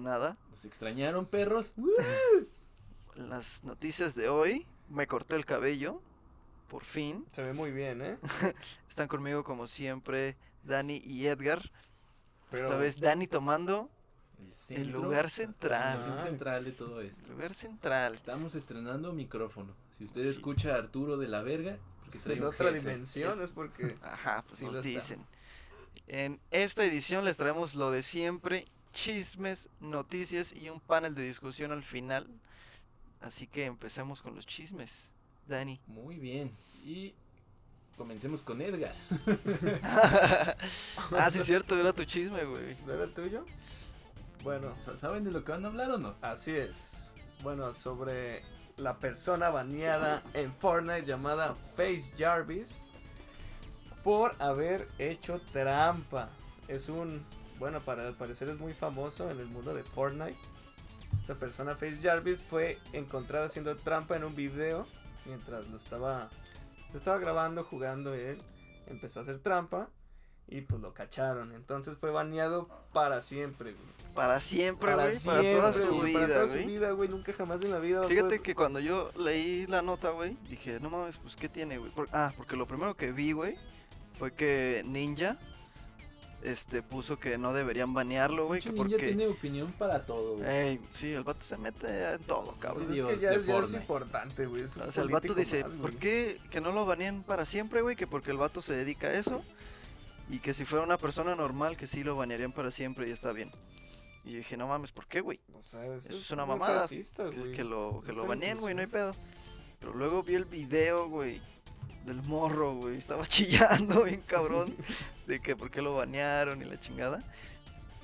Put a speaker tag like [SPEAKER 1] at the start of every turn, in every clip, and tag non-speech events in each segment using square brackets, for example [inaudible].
[SPEAKER 1] nada.
[SPEAKER 2] Nos extrañaron, perros.
[SPEAKER 1] Las noticias de hoy, me corté el cabello, por fin.
[SPEAKER 3] Se ve muy bien, ¿eh?
[SPEAKER 1] Están conmigo como siempre Dani y Edgar.
[SPEAKER 3] Pero-
[SPEAKER 1] Esta vez Dani tomando
[SPEAKER 2] El,
[SPEAKER 1] el
[SPEAKER 2] centro,
[SPEAKER 1] lugar
[SPEAKER 2] la
[SPEAKER 1] central.
[SPEAKER 3] Ajá.
[SPEAKER 2] posición central de todo
[SPEAKER 1] El
[SPEAKER 2] esto.
[SPEAKER 1] lugar central.
[SPEAKER 2] Estamos estrenando micrófono. Si usted
[SPEAKER 1] Sí.
[SPEAKER 2] escucha a Arturo de la verga, porque trae
[SPEAKER 3] En
[SPEAKER 2] un
[SPEAKER 3] otra
[SPEAKER 2] headset.
[SPEAKER 3] dimensión, es porque.
[SPEAKER 1] Ajá, pues
[SPEAKER 3] Sí,
[SPEAKER 1] nos
[SPEAKER 3] lo está.
[SPEAKER 1] dicen. En esta edición les traemos lo de siempre, chismes, noticias y un panel de discusión al final. Así que empecemos con los chismes. Dani.
[SPEAKER 2] Muy bien. Y comencemos con Edgar.
[SPEAKER 1] [laughs] ah, sí, cierto, era tu chisme, güey.
[SPEAKER 3] ¿No era tuyo? Bueno,
[SPEAKER 2] Sa- ¿Saben de lo que van a hablar o no?
[SPEAKER 3] así es. Bueno, sobre la persona baneada en Fortnite llamada Face Jarvis por haber hecho trampa. Es un. Bueno, para, al parecer es muy famoso en el mundo de Fortnite. Esta persona, Face Jarvis, fue encontrada haciendo trampa en un video mientras lo estaba. Se estaba grabando, jugando él. Empezó a hacer trampa y pues lo cacharon. Entonces fue baneado para siempre, güey.
[SPEAKER 1] Para siempre,
[SPEAKER 3] Para
[SPEAKER 1] güey. Para toda
[SPEAKER 3] siempre,
[SPEAKER 1] su
[SPEAKER 3] güey, para toda
[SPEAKER 1] vida,
[SPEAKER 3] su
[SPEAKER 1] güey.
[SPEAKER 3] vida, güey, Nunca jamás en la vida. va a
[SPEAKER 1] Fíjate
[SPEAKER 3] poder-
[SPEAKER 1] que cuando yo leí la nota, güey, dije, no mames, pues qué tiene, güey. Por- Ah, porque lo primero que vi, güey, fue que Ninja este puso que no deberían banearlo, güey, que Eh,
[SPEAKER 2] Pinche ninja
[SPEAKER 1] porque
[SPEAKER 2] tiene opinión para todo. güey.
[SPEAKER 1] Ey, sí, el vato se mete en todo,
[SPEAKER 3] Pues
[SPEAKER 1] cabrón.
[SPEAKER 3] es que
[SPEAKER 2] Dios
[SPEAKER 3] ya,
[SPEAKER 2] de
[SPEAKER 3] es- ya es
[SPEAKER 2] Fortnite.
[SPEAKER 3] importante, güey. es un
[SPEAKER 1] O sea, el vato
[SPEAKER 3] político
[SPEAKER 1] dice,
[SPEAKER 3] más,
[SPEAKER 1] ¿por
[SPEAKER 3] güey.
[SPEAKER 1] qué que no lo baneen para siempre, güey? Que porque el vato se dedica a eso. Y que si fuera una persona normal, que sí lo banearían para siempre y está bien. Y yo dije, no mames, ¿por qué, güey?
[SPEAKER 3] O sea, eso
[SPEAKER 1] Eso es una
[SPEAKER 3] muy
[SPEAKER 1] mamada,
[SPEAKER 3] racista,
[SPEAKER 1] Que-
[SPEAKER 3] güey.
[SPEAKER 1] Que
[SPEAKER 2] Pues
[SPEAKER 1] lo, que
[SPEAKER 3] Está
[SPEAKER 1] lo
[SPEAKER 3] bien
[SPEAKER 1] baneen, güey, no hay
[SPEAKER 3] cruzado.
[SPEAKER 1] pedo. Pero luego vi el video, güey, del morro, güey. Estaba [laughs] chillando bien cabrón de que por qué lo banearon y la chingada.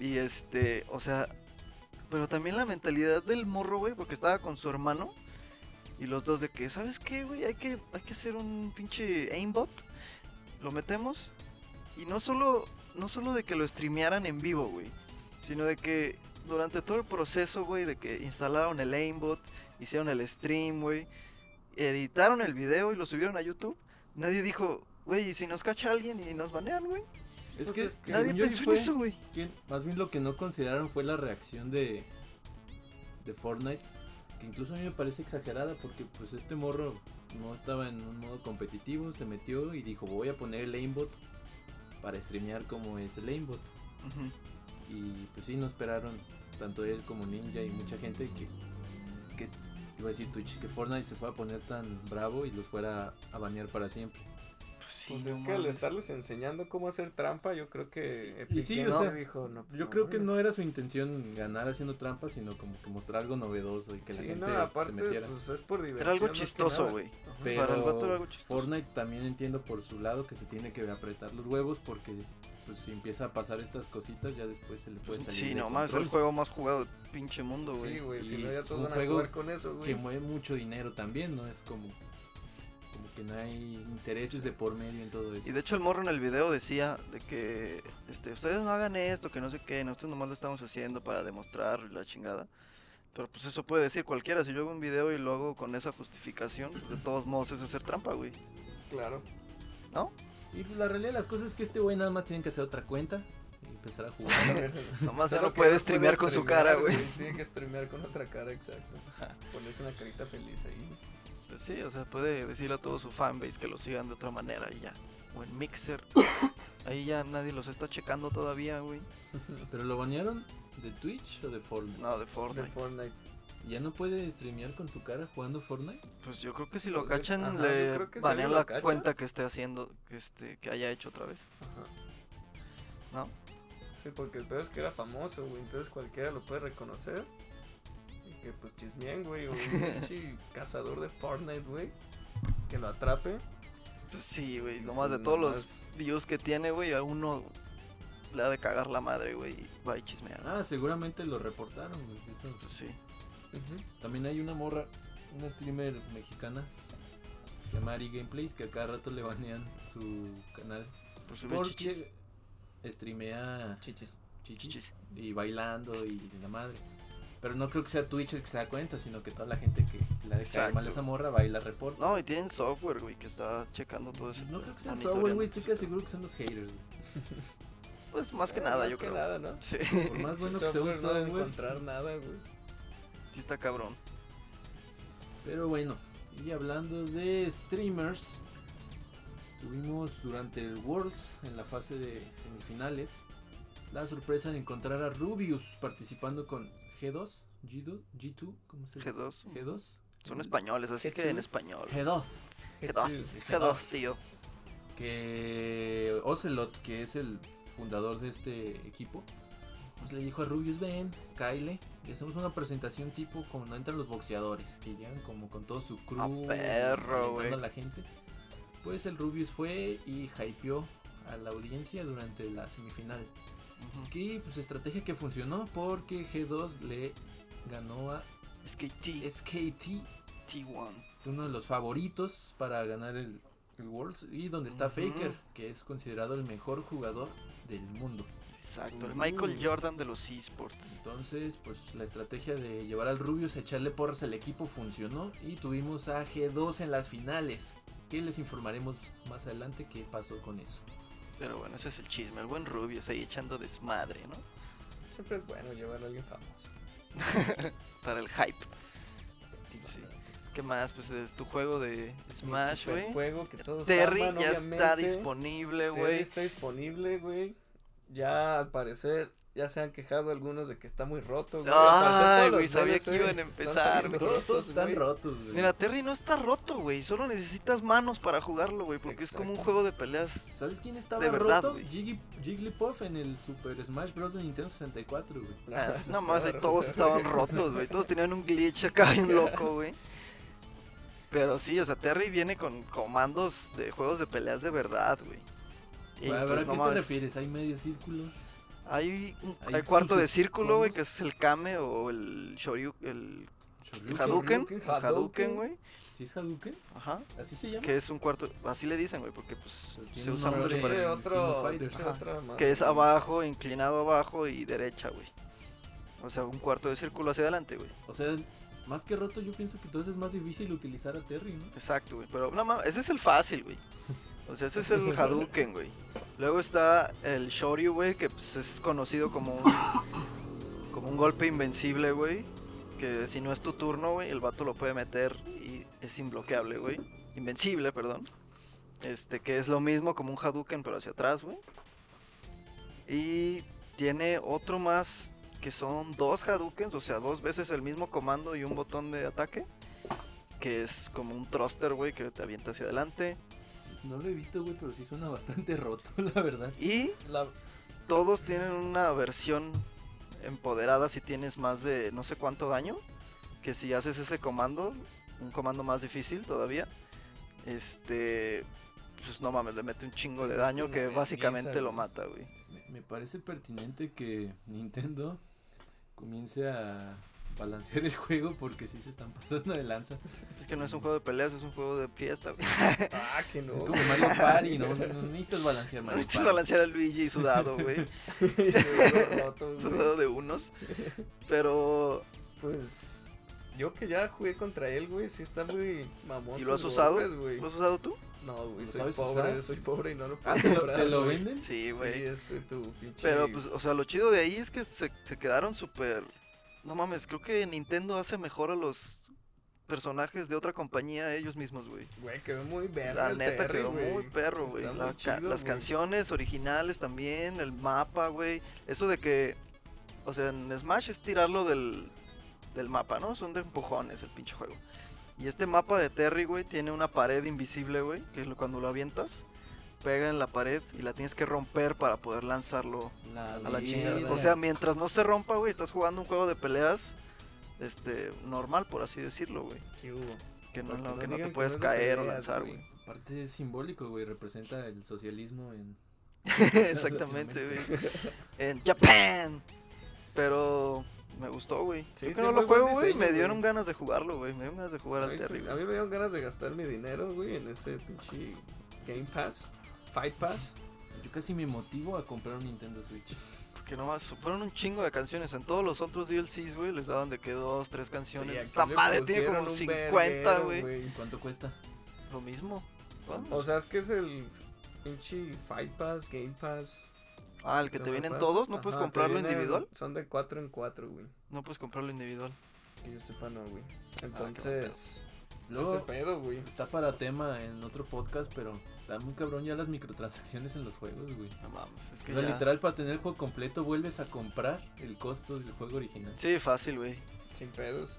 [SPEAKER 1] Y este, o sea, pero también la mentalidad del morro, güey, porque estaba con su hermano. Y los dos de que, ¿sabes qué, güey? Hay que, hay que hacer un pinche aimbot. Lo metemos. Y no solo, no solo de que lo streamearan en vivo, güey. Sino de que durante todo el proceso, güey, de que instalaron el aimbot, hicieron el stream, güey, editaron el video y lo subieron a YouTube, nadie dijo, güey, ¿y si nos cacha alguien y nos banean, güey?
[SPEAKER 2] Es
[SPEAKER 3] Pues
[SPEAKER 2] que,
[SPEAKER 3] es que
[SPEAKER 2] según
[SPEAKER 1] Nadie
[SPEAKER 2] yo, sí
[SPEAKER 1] pensó
[SPEAKER 2] fue-
[SPEAKER 1] en eso, güey.
[SPEAKER 2] que más bien lo que no consideraron fue la reacción de, de Fortnite, que incluso a mí me parece exagerada porque pues este morro no estaba en un modo competitivo, se metió y dijo voy a poner el aimbot para streamear como es el aimbot.
[SPEAKER 1] Ujú.
[SPEAKER 2] Y pues sí, no esperaron tanto él como Ninja y mucha gente que, que iba a decir Twitch, que Fortnite se fue a poner tan bravo y los fuera a banear para siempre.
[SPEAKER 1] Pues sí,
[SPEAKER 3] Pues
[SPEAKER 1] no
[SPEAKER 3] es que al
[SPEAKER 1] mames.
[SPEAKER 3] estarles enseñando cómo hacer trampa, yo creo que.
[SPEAKER 2] Y
[SPEAKER 3] Epic
[SPEAKER 2] sí,
[SPEAKER 3] Games
[SPEAKER 2] o sea,
[SPEAKER 3] dijo, no, pues
[SPEAKER 2] Yo creo que no era su intención ganar haciendo trampas, sino como que mostrar algo novedoso y que la
[SPEAKER 3] Sí,
[SPEAKER 2] gente
[SPEAKER 3] no, aparte,
[SPEAKER 2] se metiera.
[SPEAKER 3] pues es por diversión.
[SPEAKER 1] Era algo
[SPEAKER 3] más que
[SPEAKER 1] chistoso,
[SPEAKER 3] nada.
[SPEAKER 1] güey.
[SPEAKER 3] Ajá.
[SPEAKER 2] Pero
[SPEAKER 1] Para el vato era algo chistoso.
[SPEAKER 2] Fortnite también entiendo por su lado que se tiene que apretar los huevos porque pues si empieza a pasar estas cositas ya después se le puede salir
[SPEAKER 1] Sí,
[SPEAKER 2] de
[SPEAKER 1] no mames,
[SPEAKER 2] control,
[SPEAKER 1] el juego más jugado del pinche mundo, güey.
[SPEAKER 3] Sí, güey. Si
[SPEAKER 2] Y
[SPEAKER 3] no, ya
[SPEAKER 2] es
[SPEAKER 3] todos
[SPEAKER 2] un
[SPEAKER 3] van a
[SPEAKER 2] juego
[SPEAKER 3] jugar con eso, güey.
[SPEAKER 2] que mueve mucho dinero también, no es como como que no hay intereses de por medio en todo eso.
[SPEAKER 1] Y de hecho el morro en el video decía de que este, ustedes no hagan esto, que no sé qué, nosotros nomás lo estamos haciendo para demostrar y la chingada. Pero pues eso puede decir cualquiera, si yo hago un video y lo hago con esa justificación, pues, de todos modos es hacer trampa, güey.
[SPEAKER 2] [coughs]
[SPEAKER 3] Claro.
[SPEAKER 1] ¿No?
[SPEAKER 2] Y pues, la realidad de las cosas es que este güey nada más tiene que hacer otra cuenta y empezar a jugar.
[SPEAKER 1] [laughs] Nomás ya
[SPEAKER 3] [laughs] Solo
[SPEAKER 1] no
[SPEAKER 3] que
[SPEAKER 1] puede streamear con su
[SPEAKER 3] streamear,
[SPEAKER 1] cara, güey.
[SPEAKER 3] Tiene que streamear con otra cara, exacto. Ponerse una carita feliz ahí.
[SPEAKER 1] Pues sí, o sea, puede decirle a todo su fanbase que lo sigan de otra manera y ya. O en Mixer. Ahí ya nadie los está checando todavía, güey.
[SPEAKER 2] Pero lo banearon de Twitch o de Fortnite.
[SPEAKER 1] No, de
[SPEAKER 3] De
[SPEAKER 1] Fortnite.
[SPEAKER 3] Fortnite.
[SPEAKER 2] Ya no puede streamear con su cara jugando Fortnite.
[SPEAKER 1] Pues yo creo que si lo
[SPEAKER 3] Pues,
[SPEAKER 1] cachan,
[SPEAKER 3] ajá, yo
[SPEAKER 1] le
[SPEAKER 3] creo que si
[SPEAKER 1] banean
[SPEAKER 3] alguien
[SPEAKER 1] la
[SPEAKER 3] lo cacha.
[SPEAKER 1] cuenta que esté haciendo, que, este, que haya hecho otra vez,
[SPEAKER 3] Ajá.
[SPEAKER 1] ¿no?
[SPEAKER 3] Sí, porque el peor es que era famoso, güey. Entonces cualquiera lo puede reconocer. Y que pues chismien, güey.
[SPEAKER 1] [laughs]
[SPEAKER 3] o Un pinche cazador de Fortnite, güey. Que lo atrape.
[SPEAKER 1] Pues sí, güey, nomás de todos los views que tiene, güey, a uno le ha de cagar la madre, güey, y va y chismea. ¿no?
[SPEAKER 2] Ah, seguramente lo reportaron, güey. eso.
[SPEAKER 1] Pues sí.
[SPEAKER 3] Ujú.
[SPEAKER 2] También hay una morra, una streamer mexicana, que se llama Ari Gameplays, que a cada rato le banean su canal.
[SPEAKER 1] Por subir pues chichis.
[SPEAKER 2] Porque streamea
[SPEAKER 3] Chichis.
[SPEAKER 2] chichis,
[SPEAKER 1] Chichis.
[SPEAKER 2] y bailando y de la madre. Pero no creo que sea Twitch el que se da cuenta, sino que toda la gente que la de caer
[SPEAKER 1] Exacto.
[SPEAKER 2] mal a esa morra va y la reporta.
[SPEAKER 1] No, y tienen software, güey, que está checando todo eso.
[SPEAKER 2] No, creo que sea software, güey, estoy casi seguro que son los haters. güey.
[SPEAKER 1] Pues más que
[SPEAKER 3] Eh,
[SPEAKER 1] nada,
[SPEAKER 3] más
[SPEAKER 1] yo
[SPEAKER 3] que
[SPEAKER 1] creo. [laughs]
[SPEAKER 3] nada, ¿no?
[SPEAKER 1] Sí,
[SPEAKER 2] Por más bueno que sea un
[SPEAKER 3] Software no debe
[SPEAKER 2] software.
[SPEAKER 3] encontrar nada, güey.
[SPEAKER 1] sí está cabrón.
[SPEAKER 2] Pero bueno, y hablando de streamers, tuvimos durante el Worlds, en la fase de semifinales, la sorpresa de encontrar a Rubius participando con G2, G2, G2, ¿cómo se dice?
[SPEAKER 1] G2.
[SPEAKER 2] G2.
[SPEAKER 1] Son españoles, así que en
[SPEAKER 3] Jesús.
[SPEAKER 1] español.
[SPEAKER 2] G2.
[SPEAKER 1] G2, G2, tío.
[SPEAKER 2] Que Ocelot, que es el fundador de este equipo, pues le dijo a Rubius, ven, Kyle, y hacemos una presentación tipo como entran los boxeadores, que llegan como con todo su crew,
[SPEAKER 1] Ah, perro,
[SPEAKER 2] alentando
[SPEAKER 1] güey.
[SPEAKER 2] a la gente. Pues el Rubius fue y hypeó a la audiencia durante la semifinal.
[SPEAKER 1] Ujú.
[SPEAKER 2] Aquí, pues estrategia que funcionó porque G2 le ganó a
[SPEAKER 1] SKT,
[SPEAKER 2] SKT
[SPEAKER 1] T1.
[SPEAKER 2] uno de los favoritos para ganar el, el Worlds y donde está
[SPEAKER 1] Ujú.
[SPEAKER 2] Faker, que es considerado el mejor jugador del mundo.
[SPEAKER 1] Exacto, el Michael
[SPEAKER 3] Uh.
[SPEAKER 1] Jordan de los esports.
[SPEAKER 2] Entonces, pues la estrategia de llevar al Rubius a echarle porras al equipo funcionó y tuvimos a G2 en las finales. Que les informaremos más adelante qué pasó con eso.
[SPEAKER 1] Pero bueno, ese es el chisme. El buen Rubius ahí echando desmadre, ¿no?
[SPEAKER 3] Siempre es bueno llevar a alguien famoso.
[SPEAKER 1] Para el hype. Sí.
[SPEAKER 3] Efectivamente.
[SPEAKER 1] ¿Qué más? Pues es tu juego de
[SPEAKER 3] Mi
[SPEAKER 1] Smash, güey.
[SPEAKER 3] superjuego que todos
[SPEAKER 1] Terry
[SPEAKER 3] aman,
[SPEAKER 1] ya está
[SPEAKER 3] obviamente.
[SPEAKER 1] disponible,
[SPEAKER 3] Terry
[SPEAKER 1] güey.
[SPEAKER 3] está disponible, güey. Ya al parecer ya se han quejado algunos de que está muy roto, güey. Al parecer
[SPEAKER 1] Ay,
[SPEAKER 3] todos
[SPEAKER 1] güey,
[SPEAKER 3] los
[SPEAKER 1] sabía
[SPEAKER 3] memes,
[SPEAKER 1] que
[SPEAKER 3] güey,
[SPEAKER 1] iban a
[SPEAKER 3] están
[SPEAKER 1] empezar,
[SPEAKER 3] saliendo
[SPEAKER 2] Todos,
[SPEAKER 3] rotos,
[SPEAKER 2] están
[SPEAKER 3] güey.
[SPEAKER 2] rotos, güey.
[SPEAKER 1] Mira, Terry no está roto, güey. Solo necesitas manos para jugarlo, güey. Porque es como un
[SPEAKER 3] Exacto.
[SPEAKER 1] juego de
[SPEAKER 2] [laughs]
[SPEAKER 1] peleas.
[SPEAKER 2] ¿Sabes quién estaba
[SPEAKER 1] de verdad,
[SPEAKER 2] roto?
[SPEAKER 1] güey.
[SPEAKER 2] Jiggy- Jigglypuff en el Super Smash Bros. de Nintendo 64, güey.
[SPEAKER 3] No,
[SPEAKER 1] Ah,
[SPEAKER 3] eso
[SPEAKER 1] [laughs] Nada más,
[SPEAKER 3] estaba
[SPEAKER 1] ahí todos
[SPEAKER 3] roto,
[SPEAKER 1] estaban
[SPEAKER 3] güey.
[SPEAKER 1] rotos, güey. Todos tenían un glitch acá bien loco, güey. Pero sí, o sea, Terry viene con comandos de juegos de peleas de verdad, güey. Y
[SPEAKER 2] Bueno, a
[SPEAKER 1] dices,
[SPEAKER 2] ver, ¿a
[SPEAKER 1] "No
[SPEAKER 2] qué te
[SPEAKER 1] mames".
[SPEAKER 2] refieres? ¿Hay medio círculos?
[SPEAKER 1] Hay un
[SPEAKER 2] Hay
[SPEAKER 1] hay cuarto de
[SPEAKER 2] sus
[SPEAKER 1] círculo, güey,
[SPEAKER 2] combos.
[SPEAKER 1] que es el Kame o el Shoryu, el
[SPEAKER 2] Shoryuken.
[SPEAKER 1] Hadouken,
[SPEAKER 3] Shoryuken, Hadouken.
[SPEAKER 1] Hadouken, güey.
[SPEAKER 2] ¿Sí es Hadouken?
[SPEAKER 1] Ajá.
[SPEAKER 2] ¿Así se llama?
[SPEAKER 1] Que es un cuarto, así le dicen, güey, porque pues
[SPEAKER 2] Pero tiene
[SPEAKER 1] se
[SPEAKER 2] un
[SPEAKER 1] usa
[SPEAKER 2] nombre
[SPEAKER 1] mucho para
[SPEAKER 2] Ese
[SPEAKER 3] Ese
[SPEAKER 1] eso.
[SPEAKER 2] King of
[SPEAKER 3] otro,
[SPEAKER 2] Fighters.
[SPEAKER 3] ese
[SPEAKER 1] Ajá.
[SPEAKER 3] otra madre.
[SPEAKER 1] Que es abajo, inclinado abajo y derecha, güey. O sea, un cuarto de círculo hacia adelante, güey.
[SPEAKER 2] O sea, más que roto, yo pienso que entonces es más difícil utilizar a Terry, ¿no?
[SPEAKER 1] Exacto, güey. Pero no mames, ese es el fácil, güey. O sea, ese es el Hadouken, güey. Luego está el Shoryu, güey, que pues, es conocido como un, como un golpe invencible, güey. Que si no es tu turno, güey, el vato lo puede meter y es imbloqueable, güey. Invencible, perdón. Este, que es lo mismo como un Hadouken, pero hacia atrás, güey. Y tiene otro más que son dos Hadoukens, o sea, dos veces el mismo comando y un botón de ataque. Que es como un thruster, güey, que te avienta hacia adelante.
[SPEAKER 2] No lo he visto, güey, pero sí suena [laughs] bastante roto, la verdad.
[SPEAKER 1] Y [laughs]
[SPEAKER 3] La-
[SPEAKER 1] todos tienen una versión empoderada si tienes más de no sé cuánto daño. Que si haces ese comando, un comando más difícil todavía, este. Pues no mames, le mete un chingo de daño
[SPEAKER 3] Una
[SPEAKER 1] que
[SPEAKER 3] vergüenza,
[SPEAKER 1] básicamente lo
[SPEAKER 3] güey.
[SPEAKER 1] mata, güey.
[SPEAKER 2] Me, me parece pertinente que Nintendo comience a balancear el juego porque sí se están pasando de lanza.
[SPEAKER 1] Es que no es
[SPEAKER 3] Mm.
[SPEAKER 1] un juego de peleas, es un juego de fiesta,
[SPEAKER 3] [laughs]
[SPEAKER 1] güey.
[SPEAKER 3] Ah, que no.
[SPEAKER 2] Es como Mario Party,
[SPEAKER 3] [laughs]
[SPEAKER 2] ¿no? No necesitas balancear
[SPEAKER 1] No [laughs]
[SPEAKER 2] Mario
[SPEAKER 1] necesitas
[SPEAKER 2] Party.
[SPEAKER 1] balancear al Luigi sudado,
[SPEAKER 3] [laughs]
[SPEAKER 1] güey.
[SPEAKER 3] Se vio roto,
[SPEAKER 1] [laughs]
[SPEAKER 3] güey.
[SPEAKER 1] Sudado de unos. Pero.
[SPEAKER 3] Pues yo que ya jugué contra él, güey, sí está muy mamón.
[SPEAKER 1] ¿Y lo has
[SPEAKER 3] sus
[SPEAKER 1] usado?
[SPEAKER 3] golpes, güey.
[SPEAKER 1] ¿Lo has usado tú?
[SPEAKER 3] No, güey,
[SPEAKER 2] ¿Lo
[SPEAKER 3] soy
[SPEAKER 2] sabes
[SPEAKER 3] pobre,
[SPEAKER 2] usar?
[SPEAKER 3] soy pobre y no lo puedo
[SPEAKER 2] Ah, ¿te lo,
[SPEAKER 3] comprar,
[SPEAKER 2] te lo
[SPEAKER 3] güey.
[SPEAKER 2] venden?
[SPEAKER 1] Sí,
[SPEAKER 3] Sí,
[SPEAKER 1] güey.
[SPEAKER 3] es que tu pinche.
[SPEAKER 1] Pero pues, o sea, lo chido de ahí es que se, se quedaron súper... No mames, creo que Nintendo hace mejor a los personajes de otra compañía ellos mismos, güey.
[SPEAKER 3] Güey, quedó muy verde.
[SPEAKER 1] La neta quedó muy perro, güey.
[SPEAKER 3] Está
[SPEAKER 1] La
[SPEAKER 3] muy
[SPEAKER 1] ca-
[SPEAKER 3] chido,
[SPEAKER 1] las
[SPEAKER 3] güey.
[SPEAKER 1] canciones originales también, el mapa, güey. Eso de que, o sea, en Smash es tirarlo del, del mapa, ¿no? Son de empujones el pinche juego. Y este mapa de Terry, güey, tiene una pared invisible, güey, que lo- cuando lo avientas, pega en la pared y la tienes que romper para poder lanzarlo
[SPEAKER 2] La,
[SPEAKER 1] a la
[SPEAKER 2] vida.
[SPEAKER 1] chingada. O sea, mientras no se rompa, güey, estás jugando un juego de peleas este normal, por así decirlo, güey. [laughs]
[SPEAKER 3] ¿Qué hubo?
[SPEAKER 1] Que no,
[SPEAKER 3] Para
[SPEAKER 1] no-
[SPEAKER 3] que no
[SPEAKER 1] que no
[SPEAKER 3] digan
[SPEAKER 1] te
[SPEAKER 3] que
[SPEAKER 1] puedes
[SPEAKER 3] no es de
[SPEAKER 1] caer o
[SPEAKER 3] peleas,
[SPEAKER 1] lanzar,
[SPEAKER 3] güey.
[SPEAKER 1] güey.
[SPEAKER 2] Aparte es simbólico, güey, representa el socialismo en...
[SPEAKER 1] Exactamente, güey. En Japan. Pero me gustó, güey.
[SPEAKER 3] Sí,
[SPEAKER 1] Yo que
[SPEAKER 3] tiene
[SPEAKER 1] no lo
[SPEAKER 3] muy buen
[SPEAKER 1] juego, güey.
[SPEAKER 3] diseño,
[SPEAKER 1] Me
[SPEAKER 3] güey.
[SPEAKER 1] dieron ganas de jugarlo, güey. Me dieron ganas de jugar
[SPEAKER 3] Ay,
[SPEAKER 1] al
[SPEAKER 3] sí,
[SPEAKER 1] Terry,
[SPEAKER 3] A
[SPEAKER 1] güey.
[SPEAKER 3] mí me dieron ganas de gastar mi dinero, güey, en ese pinche Game Pass, Fight Pass.
[SPEAKER 2] Yo casi me motivo a comprar un Nintendo Switch.
[SPEAKER 3] ah.
[SPEAKER 1] Porque nomás fueron un chingo de canciones. En todos los otros DLCs, güey, les daban de que dos, tres
[SPEAKER 3] Sí,
[SPEAKER 1] canciones.
[SPEAKER 3] aquí
[SPEAKER 1] Esta
[SPEAKER 3] le
[SPEAKER 1] madre tiene
[SPEAKER 3] pusieron
[SPEAKER 1] como
[SPEAKER 3] un
[SPEAKER 1] 50,
[SPEAKER 3] verguero, Oh,
[SPEAKER 1] güey.
[SPEAKER 2] ¿Y cuánto cuesta?
[SPEAKER 1] Lo mismo. Vamos.
[SPEAKER 3] O sea, es que es el pinche Fight Pass, Game Pass.
[SPEAKER 1] Ah, el que te
[SPEAKER 3] Game
[SPEAKER 1] vienen
[SPEAKER 3] Pass.
[SPEAKER 1] todos, ¿no puedes
[SPEAKER 3] Ajá, te
[SPEAKER 1] comprarlo
[SPEAKER 3] vienen-
[SPEAKER 1] individual?
[SPEAKER 3] Son de 4 en 4, güey.
[SPEAKER 1] No puedes comprarlo individual.
[SPEAKER 3] Que yo sepa, no, güey.
[SPEAKER 1] Ah, pedo.
[SPEAKER 3] Entonces, ese
[SPEAKER 2] Luego
[SPEAKER 3] pedo, güey.
[SPEAKER 2] está para tema en otro podcast, pero está muy cabrón ya las microtransacciones en los juegos, güey.
[SPEAKER 1] No mames, es
[SPEAKER 2] O
[SPEAKER 1] que
[SPEAKER 2] sea,
[SPEAKER 1] ya-
[SPEAKER 2] literal, para tener el juego completo vuelves a comprar el costo del juego original.
[SPEAKER 1] Sí, fácil, güey.
[SPEAKER 3] Sin pedos.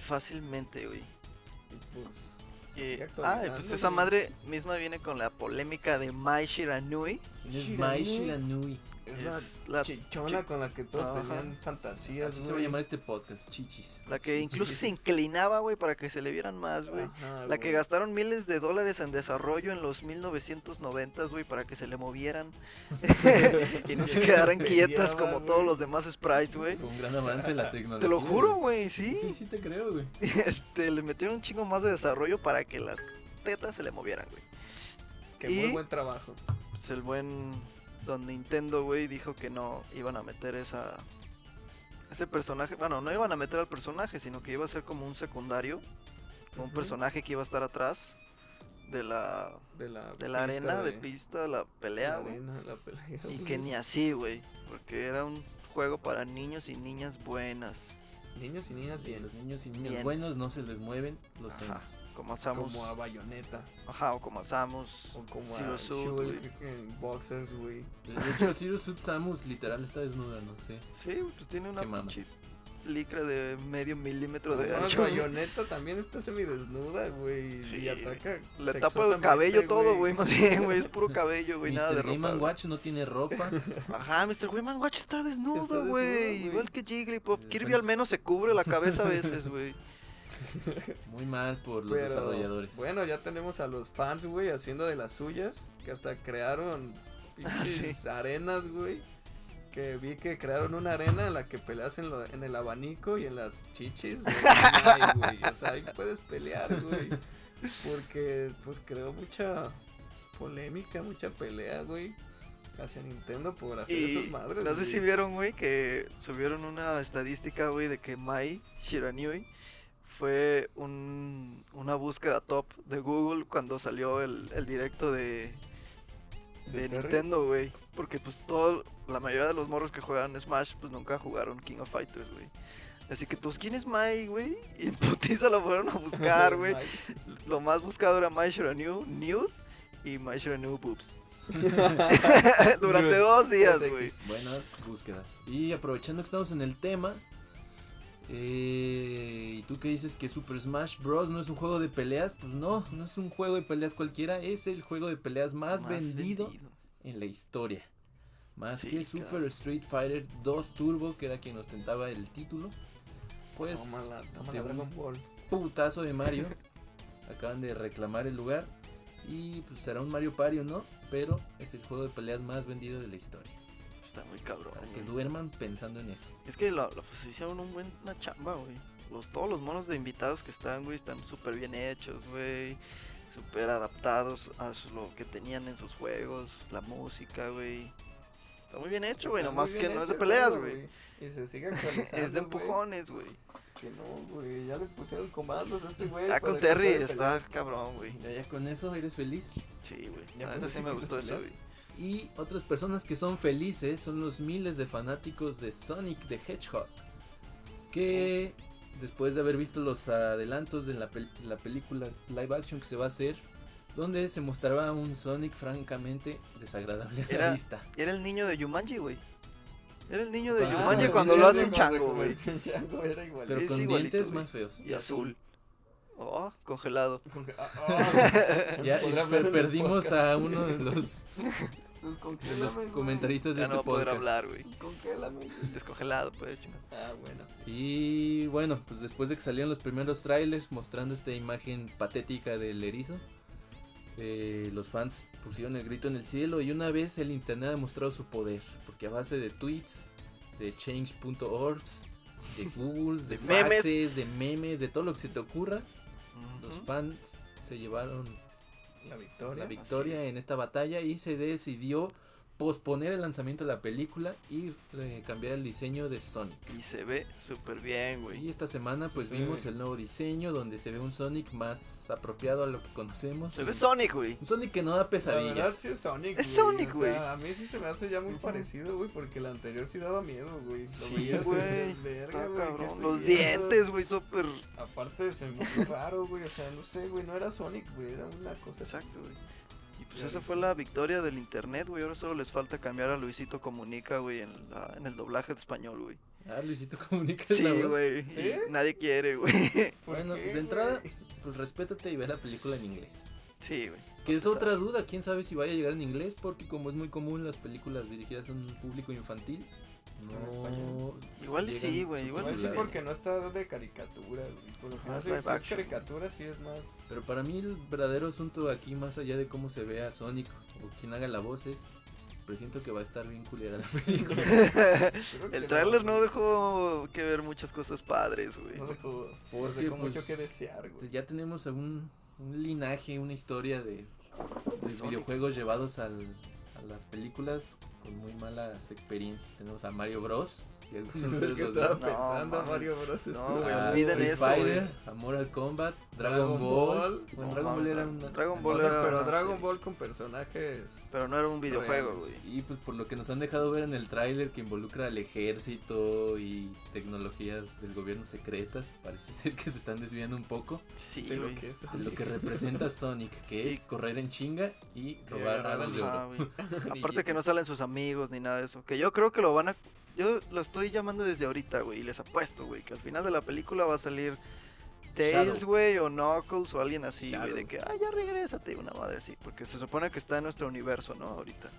[SPEAKER 1] Fácilmente, güey.
[SPEAKER 3] Y pues. se
[SPEAKER 1] Eh,
[SPEAKER 3] sigue
[SPEAKER 1] ah,
[SPEAKER 3] actualizando,
[SPEAKER 1] pues esa
[SPEAKER 3] güey.
[SPEAKER 1] madre misma viene con la polémica de Mai Shiranui.
[SPEAKER 2] ¿Quién es
[SPEAKER 3] Shiranui.
[SPEAKER 2] Mai Shiranui?
[SPEAKER 3] Es la
[SPEAKER 1] Es la,
[SPEAKER 3] chichona
[SPEAKER 1] chi-
[SPEAKER 3] con la que todos
[SPEAKER 1] Ajá.
[SPEAKER 3] tenían fantasías,
[SPEAKER 2] Así
[SPEAKER 3] güey.
[SPEAKER 2] se va a llamar este podcast, chichis.
[SPEAKER 1] la que incluso se
[SPEAKER 2] [laughs]
[SPEAKER 1] inclinaba, güey, para que se le vieran más, güey.
[SPEAKER 3] Ajá,
[SPEAKER 1] La que
[SPEAKER 3] Ah, güey.
[SPEAKER 1] gastaron miles de dólares en desarrollo en los 1990, güey, para que se le movieran [laughs] y no se quedaran quietas como
[SPEAKER 3] Güey.
[SPEAKER 1] todos los demás sprites, güey.
[SPEAKER 2] Fue un gran avance en la
[SPEAKER 1] Te
[SPEAKER 2] tecnología.
[SPEAKER 1] lo juro,
[SPEAKER 2] güey.
[SPEAKER 1] güey,
[SPEAKER 2] Sí,
[SPEAKER 1] sí.
[SPEAKER 2] sí te creo, güey.
[SPEAKER 1] [laughs] Este, le metieron un chingo más de desarrollo para que las tetas se le movieran, güey.
[SPEAKER 3] Que
[SPEAKER 1] y-
[SPEAKER 3] muy buen trabajo.
[SPEAKER 1] Pues el buen Don Nintendo, güey, dijo que no iban a meter esa ese personaje, bueno, no iban a meter al personaje, sino que iba a ser como un secundario, como un
[SPEAKER 3] Ujú.
[SPEAKER 1] personaje que iba a estar atrás de la
[SPEAKER 3] De la,
[SPEAKER 1] de la
[SPEAKER 3] pista
[SPEAKER 1] arena de
[SPEAKER 3] de
[SPEAKER 1] pista, la
[SPEAKER 3] la
[SPEAKER 1] pelea, güey.
[SPEAKER 3] arena, la pelea,
[SPEAKER 1] Y
[SPEAKER 3] güey.
[SPEAKER 1] que ni así, güey. Porque era un juego para niños y niñas buenas.
[SPEAKER 3] Niños y niñas
[SPEAKER 2] Y a
[SPEAKER 3] bien.
[SPEAKER 2] los niños y niñas
[SPEAKER 1] Bien.
[SPEAKER 2] buenos no se les mueven los
[SPEAKER 1] Ajá.
[SPEAKER 2] senos.
[SPEAKER 1] Como Samus.
[SPEAKER 3] Como a Bayonetta.
[SPEAKER 1] Ajá, o como Samus.
[SPEAKER 3] O como
[SPEAKER 1] Zero
[SPEAKER 3] a
[SPEAKER 1] Suit,
[SPEAKER 3] Shulk
[SPEAKER 1] güey.
[SPEAKER 3] en Boxers, güey.
[SPEAKER 2] De hecho, Sirius Suit Samus literal está desnuda, no sé.
[SPEAKER 1] Sí, pues tiene una
[SPEAKER 2] Qué mama.
[SPEAKER 1] pinche licra de medio milímetro de
[SPEAKER 3] Además,
[SPEAKER 1] ancho. güey.
[SPEAKER 3] Bayonetta también está semidesnuda, güey.
[SPEAKER 1] Sí,
[SPEAKER 3] y ataca.
[SPEAKER 1] Le tapa el
[SPEAKER 3] sexosamente,
[SPEAKER 1] cabello todo, güey. Más
[SPEAKER 3] [laughs]
[SPEAKER 1] bien, güey. Es puro cabello, güey. Nada de
[SPEAKER 2] Mr. Game
[SPEAKER 1] ropa.
[SPEAKER 2] and
[SPEAKER 1] güey.
[SPEAKER 2] Watch no
[SPEAKER 1] [laughs]
[SPEAKER 2] tiene ropa.
[SPEAKER 1] Ajá, Mr. Wayman Watch está
[SPEAKER 3] Está
[SPEAKER 1] desnudo,
[SPEAKER 3] desnudo,
[SPEAKER 1] güey.
[SPEAKER 3] güey. Eh, pues
[SPEAKER 1] Igual que Jigglypuff.
[SPEAKER 2] Desde
[SPEAKER 1] Kirby
[SPEAKER 2] apenas-
[SPEAKER 1] al menos se cubre la cabeza a veces,
[SPEAKER 3] [laughs]
[SPEAKER 1] güey.
[SPEAKER 2] Muy mal por los
[SPEAKER 3] Pero,
[SPEAKER 2] desarrolladores.
[SPEAKER 3] Bueno, ya tenemos a los fans, güey, haciendo de las suyas. Que hasta crearon pinches
[SPEAKER 1] Ah,
[SPEAKER 3] arenas, güey. Que vi que crearon una arena en la que peleas en, lo- en el abanico y en las
[SPEAKER 1] [laughs]
[SPEAKER 3] chichis. güey. Ay, güey, o sea, ahí puedes pelear, güey. Porque, pues, creó mucha polémica, mucha pelea, güey. Hacia Nintendo por hacer
[SPEAKER 1] Y
[SPEAKER 3] esas madres.
[SPEAKER 1] no sé
[SPEAKER 3] güey.
[SPEAKER 1] si vieron, güey, que subieron una estadística, güey, de que Mai Shiranui fue un, una búsqueda top de Google cuando salió el, el directo de, de
[SPEAKER 3] ¿De Terry?
[SPEAKER 1] Nintendo, güey. Porque pues todo, la mayoría de los morros que juegan Smash, pues nunca jugaron King of Fighters, güey. Así que, pues, ¿quién es Mai, güey? [laughs] Y en putiza lo fueron a
[SPEAKER 3] [laughs]
[SPEAKER 1] buscar, güey.
[SPEAKER 3] Ay,
[SPEAKER 1] Lo más buscado era My Shiranui Nude y My Shiranui
[SPEAKER 3] [laughs]
[SPEAKER 1] Boobs. [laughs] Durante
[SPEAKER 3] Nude.
[SPEAKER 1] dos días,
[SPEAKER 3] Dos X.
[SPEAKER 1] güey.
[SPEAKER 2] Buenas búsquedas. Y aprovechando que estamos en el tema, eh, ¿y tú qué dices que Super Smash Bros. no es un juego de peleas? Pues no, no es un juego de peleas cualquiera, es el juego de peleas más, vendido, en la historia. Más
[SPEAKER 1] Sí,
[SPEAKER 2] que
[SPEAKER 1] claro.
[SPEAKER 2] Super Street Fighter 2 Turbo, que era quien ostentaba el título. Pues
[SPEAKER 3] tómala, tómala,
[SPEAKER 2] de un-
[SPEAKER 3] Dragon Ball.
[SPEAKER 2] putazo de Mario. Acaban de reclamar el lugar. Y pues será un Mario Pario, ¿no? Pero es el juego de peleas más vendido de la historia.
[SPEAKER 1] Está muy cabrón.
[SPEAKER 2] Para que
[SPEAKER 1] güey.
[SPEAKER 2] duerman pensando en eso.
[SPEAKER 1] Es que lo, lo- pues, hicieron un buen, una chamba, güey. Los, todos los monos de invitados que están, güey, están súper bien hechos, güey. Súper adaptados a su- lo que tenían en sus juegos, la música, güey. Está muy bien hecho, güey.
[SPEAKER 3] Está
[SPEAKER 1] Nomás
[SPEAKER 3] muy
[SPEAKER 1] que
[SPEAKER 3] bien
[SPEAKER 1] no es
[SPEAKER 3] hecho
[SPEAKER 1] de
[SPEAKER 3] el
[SPEAKER 1] peleas,
[SPEAKER 3] juego,
[SPEAKER 1] güey.
[SPEAKER 3] Y se sigue
[SPEAKER 1] [laughs]
[SPEAKER 3] actualizando.
[SPEAKER 1] Es de
[SPEAKER 3] güey.
[SPEAKER 1] empujones, güey.
[SPEAKER 3] Que no, güey. Ya le pusieron comandos a este güey.
[SPEAKER 1] Ya
[SPEAKER 3] para
[SPEAKER 1] Ah, con
[SPEAKER 3] que sea
[SPEAKER 1] Terry
[SPEAKER 3] de
[SPEAKER 1] está
[SPEAKER 3] peleas.
[SPEAKER 1] cabrón, güey.
[SPEAKER 2] Ya, ya con eso eres feliz.
[SPEAKER 1] Sí, güey.
[SPEAKER 3] Ya
[SPEAKER 1] A
[SPEAKER 3] con
[SPEAKER 1] sí
[SPEAKER 3] eso
[SPEAKER 1] me
[SPEAKER 3] que
[SPEAKER 1] gustó
[SPEAKER 3] los
[SPEAKER 1] eso, güey.
[SPEAKER 3] peleas.
[SPEAKER 2] Y otras personas que son felices son los miles de fanáticos de Sonic the Hedgehog. Que después de haber visto los adelantos de la, pel- la película live action que se va a hacer, donde se mostraba un Sonic francamente desagradable a
[SPEAKER 1] Era-
[SPEAKER 2] la vista.
[SPEAKER 1] Era el niño de Yumanji, güey. Era el niño de
[SPEAKER 2] Ah,
[SPEAKER 1] Yumanji
[SPEAKER 2] sí,
[SPEAKER 1] cuando
[SPEAKER 2] sí,
[SPEAKER 1] lo
[SPEAKER 2] sí,
[SPEAKER 1] hacen
[SPEAKER 3] cuando se
[SPEAKER 1] chango, güey.
[SPEAKER 3] convirtió en chango, era igual.
[SPEAKER 2] Pero
[SPEAKER 1] es
[SPEAKER 2] con
[SPEAKER 1] igualito,
[SPEAKER 2] dientes
[SPEAKER 1] güey.
[SPEAKER 2] más feos.
[SPEAKER 1] Y azul. Oh, congelado.
[SPEAKER 3] "Ah,
[SPEAKER 2] [laughs] Ya, y per- perdimos a uno
[SPEAKER 1] [laughs]
[SPEAKER 2] de los, de los comentaristas de
[SPEAKER 1] Ya no va
[SPEAKER 2] este
[SPEAKER 1] a poder
[SPEAKER 2] podcast.
[SPEAKER 1] hablar, güey. Descongelado, pues, chinga.
[SPEAKER 3] Ah, bueno.
[SPEAKER 2] Y bueno, pues después de que salieron los primeros trailers mostrando esta imagen patética del erizo, eh, los fans pusieron el grito en el cielo y una vez el internet ha demostrado su poder, porque a base de tweets, de change.orgs,
[SPEAKER 1] [laughs]
[SPEAKER 2] de Google,
[SPEAKER 1] De
[SPEAKER 2] de,
[SPEAKER 1] memes.
[SPEAKER 2] faxes, de memes, de todo lo que se te ocurra, los
[SPEAKER 1] Ujú.
[SPEAKER 2] fans se llevaron
[SPEAKER 3] La victoria.
[SPEAKER 2] la victoria
[SPEAKER 1] es.
[SPEAKER 2] en esta batalla y se decidió posponer el lanzamiento de la película y eh, cambiar el diseño de Sonic.
[SPEAKER 1] Y se ve súper bien, güey.
[SPEAKER 2] Y esta semana pues
[SPEAKER 3] Sí.
[SPEAKER 2] vimos el nuevo diseño donde se ve un Sonic más apropiado a lo que conocemos.
[SPEAKER 1] Se ve Sonic, güey.
[SPEAKER 2] Un Sonic que no da
[SPEAKER 3] La verdad,
[SPEAKER 2] pesadillas.
[SPEAKER 3] sí es Sonic,
[SPEAKER 1] Es
[SPEAKER 3] güey,
[SPEAKER 1] Sonic,
[SPEAKER 3] o
[SPEAKER 1] güey.
[SPEAKER 3] sea, a mí sí se me hace ya muy parecido, güey, porque el anterior sí daba miedo, güey. Lo
[SPEAKER 1] Sí,
[SPEAKER 3] veías y
[SPEAKER 1] güey,
[SPEAKER 3] dices, "Verga,
[SPEAKER 1] Está
[SPEAKER 3] güey, ¿qué
[SPEAKER 1] cabrón.
[SPEAKER 3] estoy
[SPEAKER 1] Los
[SPEAKER 3] viendo?".
[SPEAKER 1] dientes, güey, súper.
[SPEAKER 3] Aparte, se me hizo raro, güey, o sea, no sé, güey, no era Sonic, güey, era una cosa así.
[SPEAKER 1] Exacto, güey. Y pues
[SPEAKER 3] Ya
[SPEAKER 1] esa
[SPEAKER 3] vi.
[SPEAKER 1] fue la victoria del internet, güey. Ahora solo les falta cambiar a Luisito Comunica, güey, en, la- en el doblaje de español,
[SPEAKER 3] [laughs]
[SPEAKER 1] güey.
[SPEAKER 2] Ah, Luisito [laughs] comunica
[SPEAKER 1] Sí,
[SPEAKER 2] la voz.
[SPEAKER 1] güey.
[SPEAKER 3] ¿Sí?
[SPEAKER 1] Nadie quiere, güey. [laughs]
[SPEAKER 3] ¿Por
[SPEAKER 2] Bueno,
[SPEAKER 3] qué,
[SPEAKER 2] de entrada,
[SPEAKER 3] güey?
[SPEAKER 2] pues respétate y ve la película en inglés.
[SPEAKER 1] Sí,
[SPEAKER 3] [laughs]
[SPEAKER 1] güey.
[SPEAKER 2] Que es
[SPEAKER 1] Empezar.
[SPEAKER 2] otra duda, quién sabe si vaya a llegar en inglés, porque como es muy común las películas dirigidas a un público infantil,
[SPEAKER 3] En
[SPEAKER 2] no.
[SPEAKER 3] español.
[SPEAKER 1] Igual y sí, güey, igual
[SPEAKER 3] Igual
[SPEAKER 1] Bueno,
[SPEAKER 3] sí,
[SPEAKER 1] claro.
[SPEAKER 3] porque no está de caricatura, güey. Por lo general,
[SPEAKER 1] Más
[SPEAKER 3] si es
[SPEAKER 1] Ah, live action.
[SPEAKER 3] caricatura, sí es más.
[SPEAKER 2] Pero para mí el verdadero asunto aquí, más allá de cómo se vea Sonic o quien haga la voz, es. Presiento que va a estar bien culera la [laughs] película.
[SPEAKER 3] creo que
[SPEAKER 1] El tráiler no
[SPEAKER 3] güey.
[SPEAKER 1] dejó que ver muchas cosas padres, güey.
[SPEAKER 3] No dejó,
[SPEAKER 2] Porque,
[SPEAKER 3] dejó
[SPEAKER 2] pues,
[SPEAKER 3] mucho que desear, [laughs] güey.
[SPEAKER 2] ya tenemos algún un linaje, una historia de, de
[SPEAKER 1] Sonic.
[SPEAKER 2] videojuegos llevados al- a las películas con muy malas experiencias. Tenemos a Mario Bros. que
[SPEAKER 3] [laughs]
[SPEAKER 2] algunos de
[SPEAKER 3] No sé
[SPEAKER 2] ustedes
[SPEAKER 3] qué
[SPEAKER 2] los
[SPEAKER 3] estaba
[SPEAKER 2] ven,
[SPEAKER 1] No,
[SPEAKER 3] pensando,
[SPEAKER 1] mames.
[SPEAKER 3] Mario Bros.
[SPEAKER 1] No,
[SPEAKER 3] estuvo-
[SPEAKER 1] güey,
[SPEAKER 2] a
[SPEAKER 1] olviden
[SPEAKER 2] Street
[SPEAKER 1] eso,
[SPEAKER 2] Fighter, a Mortal Kombat, Dragon,
[SPEAKER 3] Dragon
[SPEAKER 2] Ball.
[SPEAKER 3] Ball.
[SPEAKER 2] Bueno,
[SPEAKER 1] No
[SPEAKER 2] Dragon Ball
[SPEAKER 1] mames,
[SPEAKER 2] era
[SPEAKER 1] Dragon-
[SPEAKER 2] una-
[SPEAKER 1] Dragon
[SPEAKER 3] O
[SPEAKER 1] Ball
[SPEAKER 2] una-
[SPEAKER 3] sea,
[SPEAKER 1] era
[SPEAKER 3] pero
[SPEAKER 1] una
[SPEAKER 3] Dragon
[SPEAKER 1] serie.
[SPEAKER 3] Ball con personajes.
[SPEAKER 1] Pero no era un videojuego,
[SPEAKER 3] Reales.
[SPEAKER 1] güey.
[SPEAKER 2] Y pues por lo que nos han dejado ver en el tráiler que involucra al ejército y tecnologías del gobierno secretas, parece [laughs] ser que se están desviando un poco
[SPEAKER 1] Sí,
[SPEAKER 3] de lo
[SPEAKER 1] güey.
[SPEAKER 3] que es.
[SPEAKER 2] de lo que representa Sonic, que es correr en chinga y robar
[SPEAKER 3] agarrar
[SPEAKER 2] armas de
[SPEAKER 1] Ajá,
[SPEAKER 2] oro.
[SPEAKER 1] güey. Aparte
[SPEAKER 2] pues.
[SPEAKER 1] que no salen sus amigos ni nada de eso. Que yo creo que lo van a... Yo lo estoy llamando desde ahorita, güey. Y les apuesto, güey, que al final de la película va a salir Tails,
[SPEAKER 2] Shadow.
[SPEAKER 1] güey, o Knuckles o alguien así, güey.
[SPEAKER 3] Shadow.
[SPEAKER 1] De que, ah, ya regrésate, una madre, sí. Porque se supone que está en nuestro universo, ¿no? Ahorita.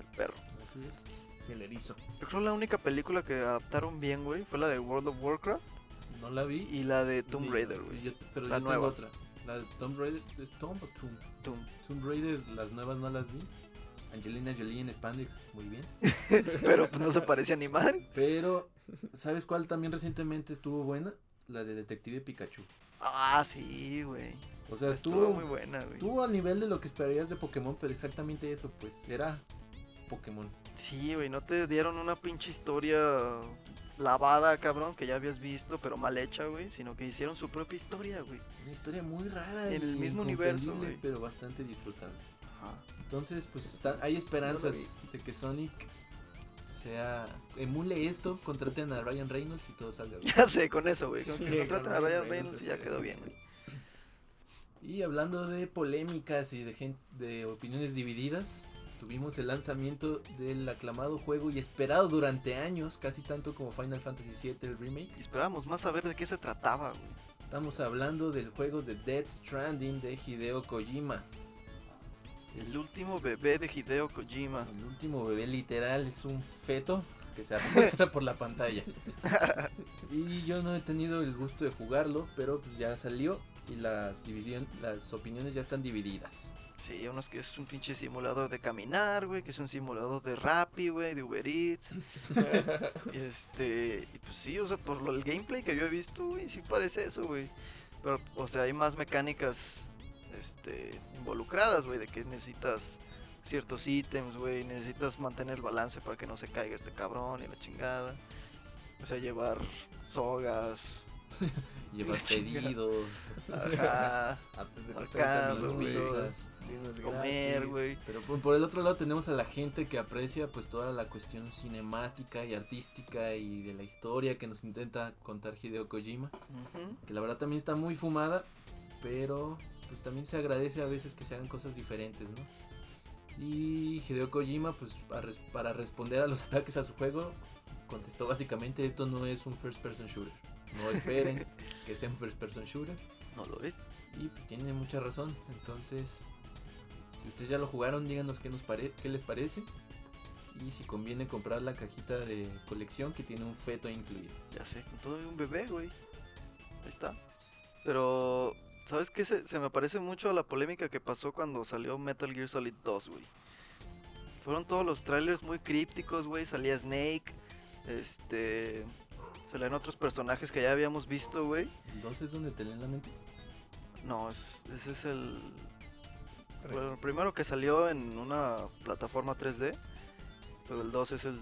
[SPEAKER 1] El perro.
[SPEAKER 2] Así es.
[SPEAKER 3] El erizo.
[SPEAKER 1] Yo creo la única película que adaptaron bien, güey, fue la de World of Warcraft
[SPEAKER 2] No la vi.
[SPEAKER 1] y la de Tomb
[SPEAKER 2] Y-
[SPEAKER 1] Raider,
[SPEAKER 2] y
[SPEAKER 1] güey.
[SPEAKER 2] yo- pero
[SPEAKER 1] La
[SPEAKER 2] yo
[SPEAKER 1] nueva.
[SPEAKER 2] tengo otra. La de Tomb Raider. ¿Es Tomb o Tomb?
[SPEAKER 1] Tomb. [laughs]
[SPEAKER 2] Tomb Raider, las nuevas no las vi. Angelina Jolie en Spandex, muy bien.
[SPEAKER 1] Pero pues no se parece a ni madre.
[SPEAKER 2] Pero, ¿sabes cuál también recientemente estuvo buena? La de Detective Pikachu.
[SPEAKER 1] Ah, sí, güey.
[SPEAKER 2] O sea,
[SPEAKER 1] Estuvo
[SPEAKER 2] estuvo,
[SPEAKER 1] muy buena, güey.
[SPEAKER 2] estuvo al nivel de lo que esperarías de Pokémon, pero exactamente eso, pues, era Pokémon.
[SPEAKER 1] Sí, güey, no te dieron una pinche historia lavada, cabrón, que ya habías visto, pero mal hecha, güey, sino que hicieron su propia historia, güey.
[SPEAKER 2] Una historia muy rara.
[SPEAKER 1] En
[SPEAKER 2] y
[SPEAKER 1] el mismo universo, güey.
[SPEAKER 2] incomprendible, Pero bastante disfrutable. Entonces, pues está- hay esperanzas de que Sonic sea emule esto, contraten a Ryan Reynolds y todo salga bien.
[SPEAKER 1] [laughs] Ya sé, con eso, güey.
[SPEAKER 3] Sí,
[SPEAKER 1] Con que
[SPEAKER 3] güey,
[SPEAKER 1] contraten
[SPEAKER 3] con
[SPEAKER 1] a
[SPEAKER 3] Ryan
[SPEAKER 1] Ryan
[SPEAKER 3] Reynolds
[SPEAKER 1] Reynolds y ya
[SPEAKER 3] estaría
[SPEAKER 1] quedó
[SPEAKER 3] bien,
[SPEAKER 1] bien, güey.
[SPEAKER 2] Y hablando de polémicas y de gen- de opiniones divididas, tuvimos el lanzamiento del aclamado juego y esperado durante años, casi tanto como Final Fantasy VII el remake.
[SPEAKER 1] Y esperábamos más saber de qué se trataba, güey.
[SPEAKER 2] Estamos hablando del juego de Dead Stranding de Hideo Kojima.
[SPEAKER 1] El último bebé de Hideo Kojima.
[SPEAKER 2] El último bebé literal es un feto que se arrastra por la pantalla. Y yo no he tenido el gusto de jugarlo, pero pues ya salió y las, división- las opiniones ya están divididas.
[SPEAKER 1] Sí, unos que es un pinche simulador de caminar, güey, que es un simulador de Rappi, güey, de Uber Eats. este, y pues sí, o sea, por lo, el gameplay que yo he visto, güey, sí parece eso, güey. Pero, o sea, hay más mecánicas, este, involucradas, güey, de que necesitas ciertos ítems, güey, necesitas mantener el balance para que no se caiga este cabrón y la chingada. O sea, llevar sogas,
[SPEAKER 2] Llevar
[SPEAKER 1] La chingada.
[SPEAKER 2] pedidos,
[SPEAKER 1] ajá,
[SPEAKER 3] Antes de
[SPEAKER 1] Al
[SPEAKER 3] los
[SPEAKER 1] carro,
[SPEAKER 3] 30
[SPEAKER 1] güey.
[SPEAKER 3] minutos. Sí, no es
[SPEAKER 1] comer,
[SPEAKER 3] gratis.
[SPEAKER 1] güey.
[SPEAKER 2] Pero por, por el otro lado tenemos a la gente que aprecia pues toda la cuestión cinemática y artística y de la historia que nos intenta contar Hideo Kojima,
[SPEAKER 1] Ujú.
[SPEAKER 2] que la verdad también está muy fumada, pero pues también se agradece a veces que se hagan cosas diferentes, ¿no? Y Hideo Kojima pues a res- para responder a los [laughs] ataques a su juego contestó básicamente esto no es un first person shooter, no esperen que sea un first person shooter.
[SPEAKER 1] No lo es.
[SPEAKER 2] Y pues tiene mucha razón. Entonces, si ustedes ya lo jugaron, díganos qué, nos pare- qué les parece. Y si conviene comprar la cajita de colección que tiene un feto incluido.
[SPEAKER 1] Ya sé, con todo y un bebé, güey. Ahí está. Pero, ¿sabes qué? Se, se me parece mucho a la polémica que pasó cuando salió Metal Gear Solid 2, güey. Fueron todos los trailers muy crípticos, güey. Salía Snake, este. Salían otros personajes que ya habíamos visto, güey.
[SPEAKER 2] Entonces, ¿dónde te leen la mente?
[SPEAKER 1] No, es- ese es el.
[SPEAKER 3] Tres.
[SPEAKER 1] Bueno, primero que salió en una plataforma 3D. Pero el 2 es el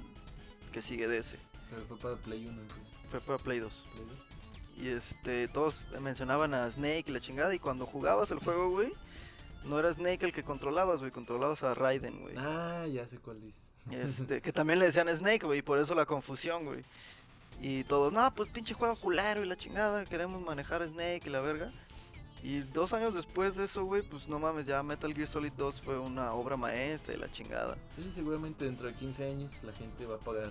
[SPEAKER 1] que sigue de ese.
[SPEAKER 2] Pero fue para Play 1 entonces.
[SPEAKER 1] Fue para Play 2.
[SPEAKER 2] Play 2.
[SPEAKER 1] Y este, todos mencionaban a Snake y la chingada. Y cuando jugabas el juego, güey, no era Snake el que controlabas, güey, controlabas a Raiden, güey.
[SPEAKER 2] Ah, ya sé cuál dices.
[SPEAKER 1] Este, que también le decían Snake, güey, y por eso la confusión, güey. Y todos, no, pues pinche juego culero y la chingada, queremos manejar a Snake y la verga. Y dos años después de eso, güey, pues no mames, ya Metal Gear Solid 2 fue una obra maestra y la chingada.
[SPEAKER 2] Sí, seguramente dentro de 15 años la gente va a pagar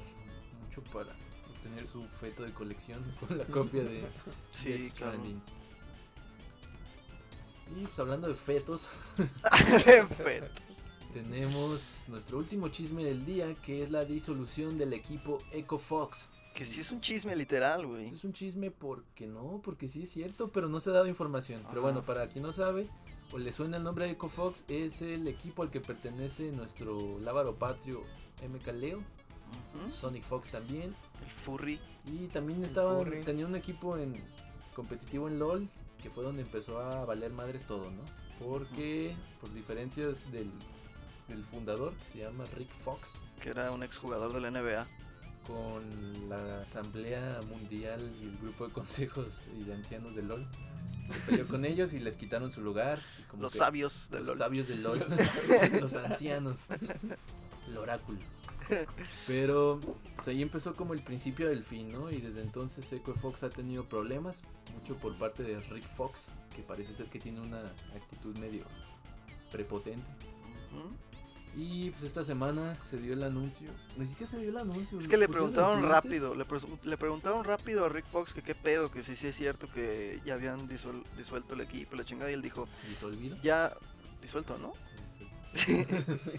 [SPEAKER 2] mucho para obtener su feto de colección [laughs] con la copia de
[SPEAKER 1] [laughs] Sí,
[SPEAKER 2] Death
[SPEAKER 1] claro.
[SPEAKER 2] Stranding. Y pues hablando de fetos,
[SPEAKER 1] [laughs] Fetos.
[SPEAKER 2] tenemos nuestro último chisme del día que es la disolución del equipo EcoFox.
[SPEAKER 1] que sí es un chisme literal,
[SPEAKER 2] Esto
[SPEAKER 1] güey.
[SPEAKER 2] es un chisme porque no, porque sí es cierto, pero no se ha dado información. Pero bueno,
[SPEAKER 1] Ajá.
[SPEAKER 2] para quien no sabe o le suena el nombre de EcoFox, es el equipo al que pertenece nuestro lábaro patrio MK Leo,
[SPEAKER 1] Ujú.
[SPEAKER 2] Sonic Fox también.
[SPEAKER 1] El furry.
[SPEAKER 2] Y también estaba,
[SPEAKER 3] furry.
[SPEAKER 2] tenía un equipo en competitivo en LOL, que fue donde empezó a valer madres todo, ¿no? Porque por diferencias del, del fundador, que se llama Rick Fox,
[SPEAKER 1] que era un exjugador de la NBA.
[SPEAKER 2] con la Asamblea Mundial y el grupo de consejos y de ancianos de LOL, se peleó con ellos y les quitaron su lugar. y como
[SPEAKER 1] los
[SPEAKER 2] que-
[SPEAKER 1] sabios de
[SPEAKER 2] los
[SPEAKER 1] LOL.
[SPEAKER 2] sabios del LOL. los ancianos. El oráculo. Pero pues ahí empezó como el principio del fin, ¿no? Y desde entonces Echo Fox ha tenido problemas, mucho por parte de Rick Fox, que parece ser que tiene una actitud medio prepotente.
[SPEAKER 1] Ujú.
[SPEAKER 2] Y pues esta semana se dio el anuncio. Ni siquiera se dio el anuncio.
[SPEAKER 1] Es
[SPEAKER 2] Pues lo
[SPEAKER 1] que le
[SPEAKER 2] pusieron en
[SPEAKER 1] preguntaron
[SPEAKER 2] Twitter.
[SPEAKER 1] rápido, le, presu- le preguntaron rápido a Rick Fox que qué pedo, que si sí es cierto que ya habían disuel- disuelto el equipo, la chingada, y él dijo,
[SPEAKER 2] Y se olvidó.
[SPEAKER 1] ya disuelto, ¿no? [laughs]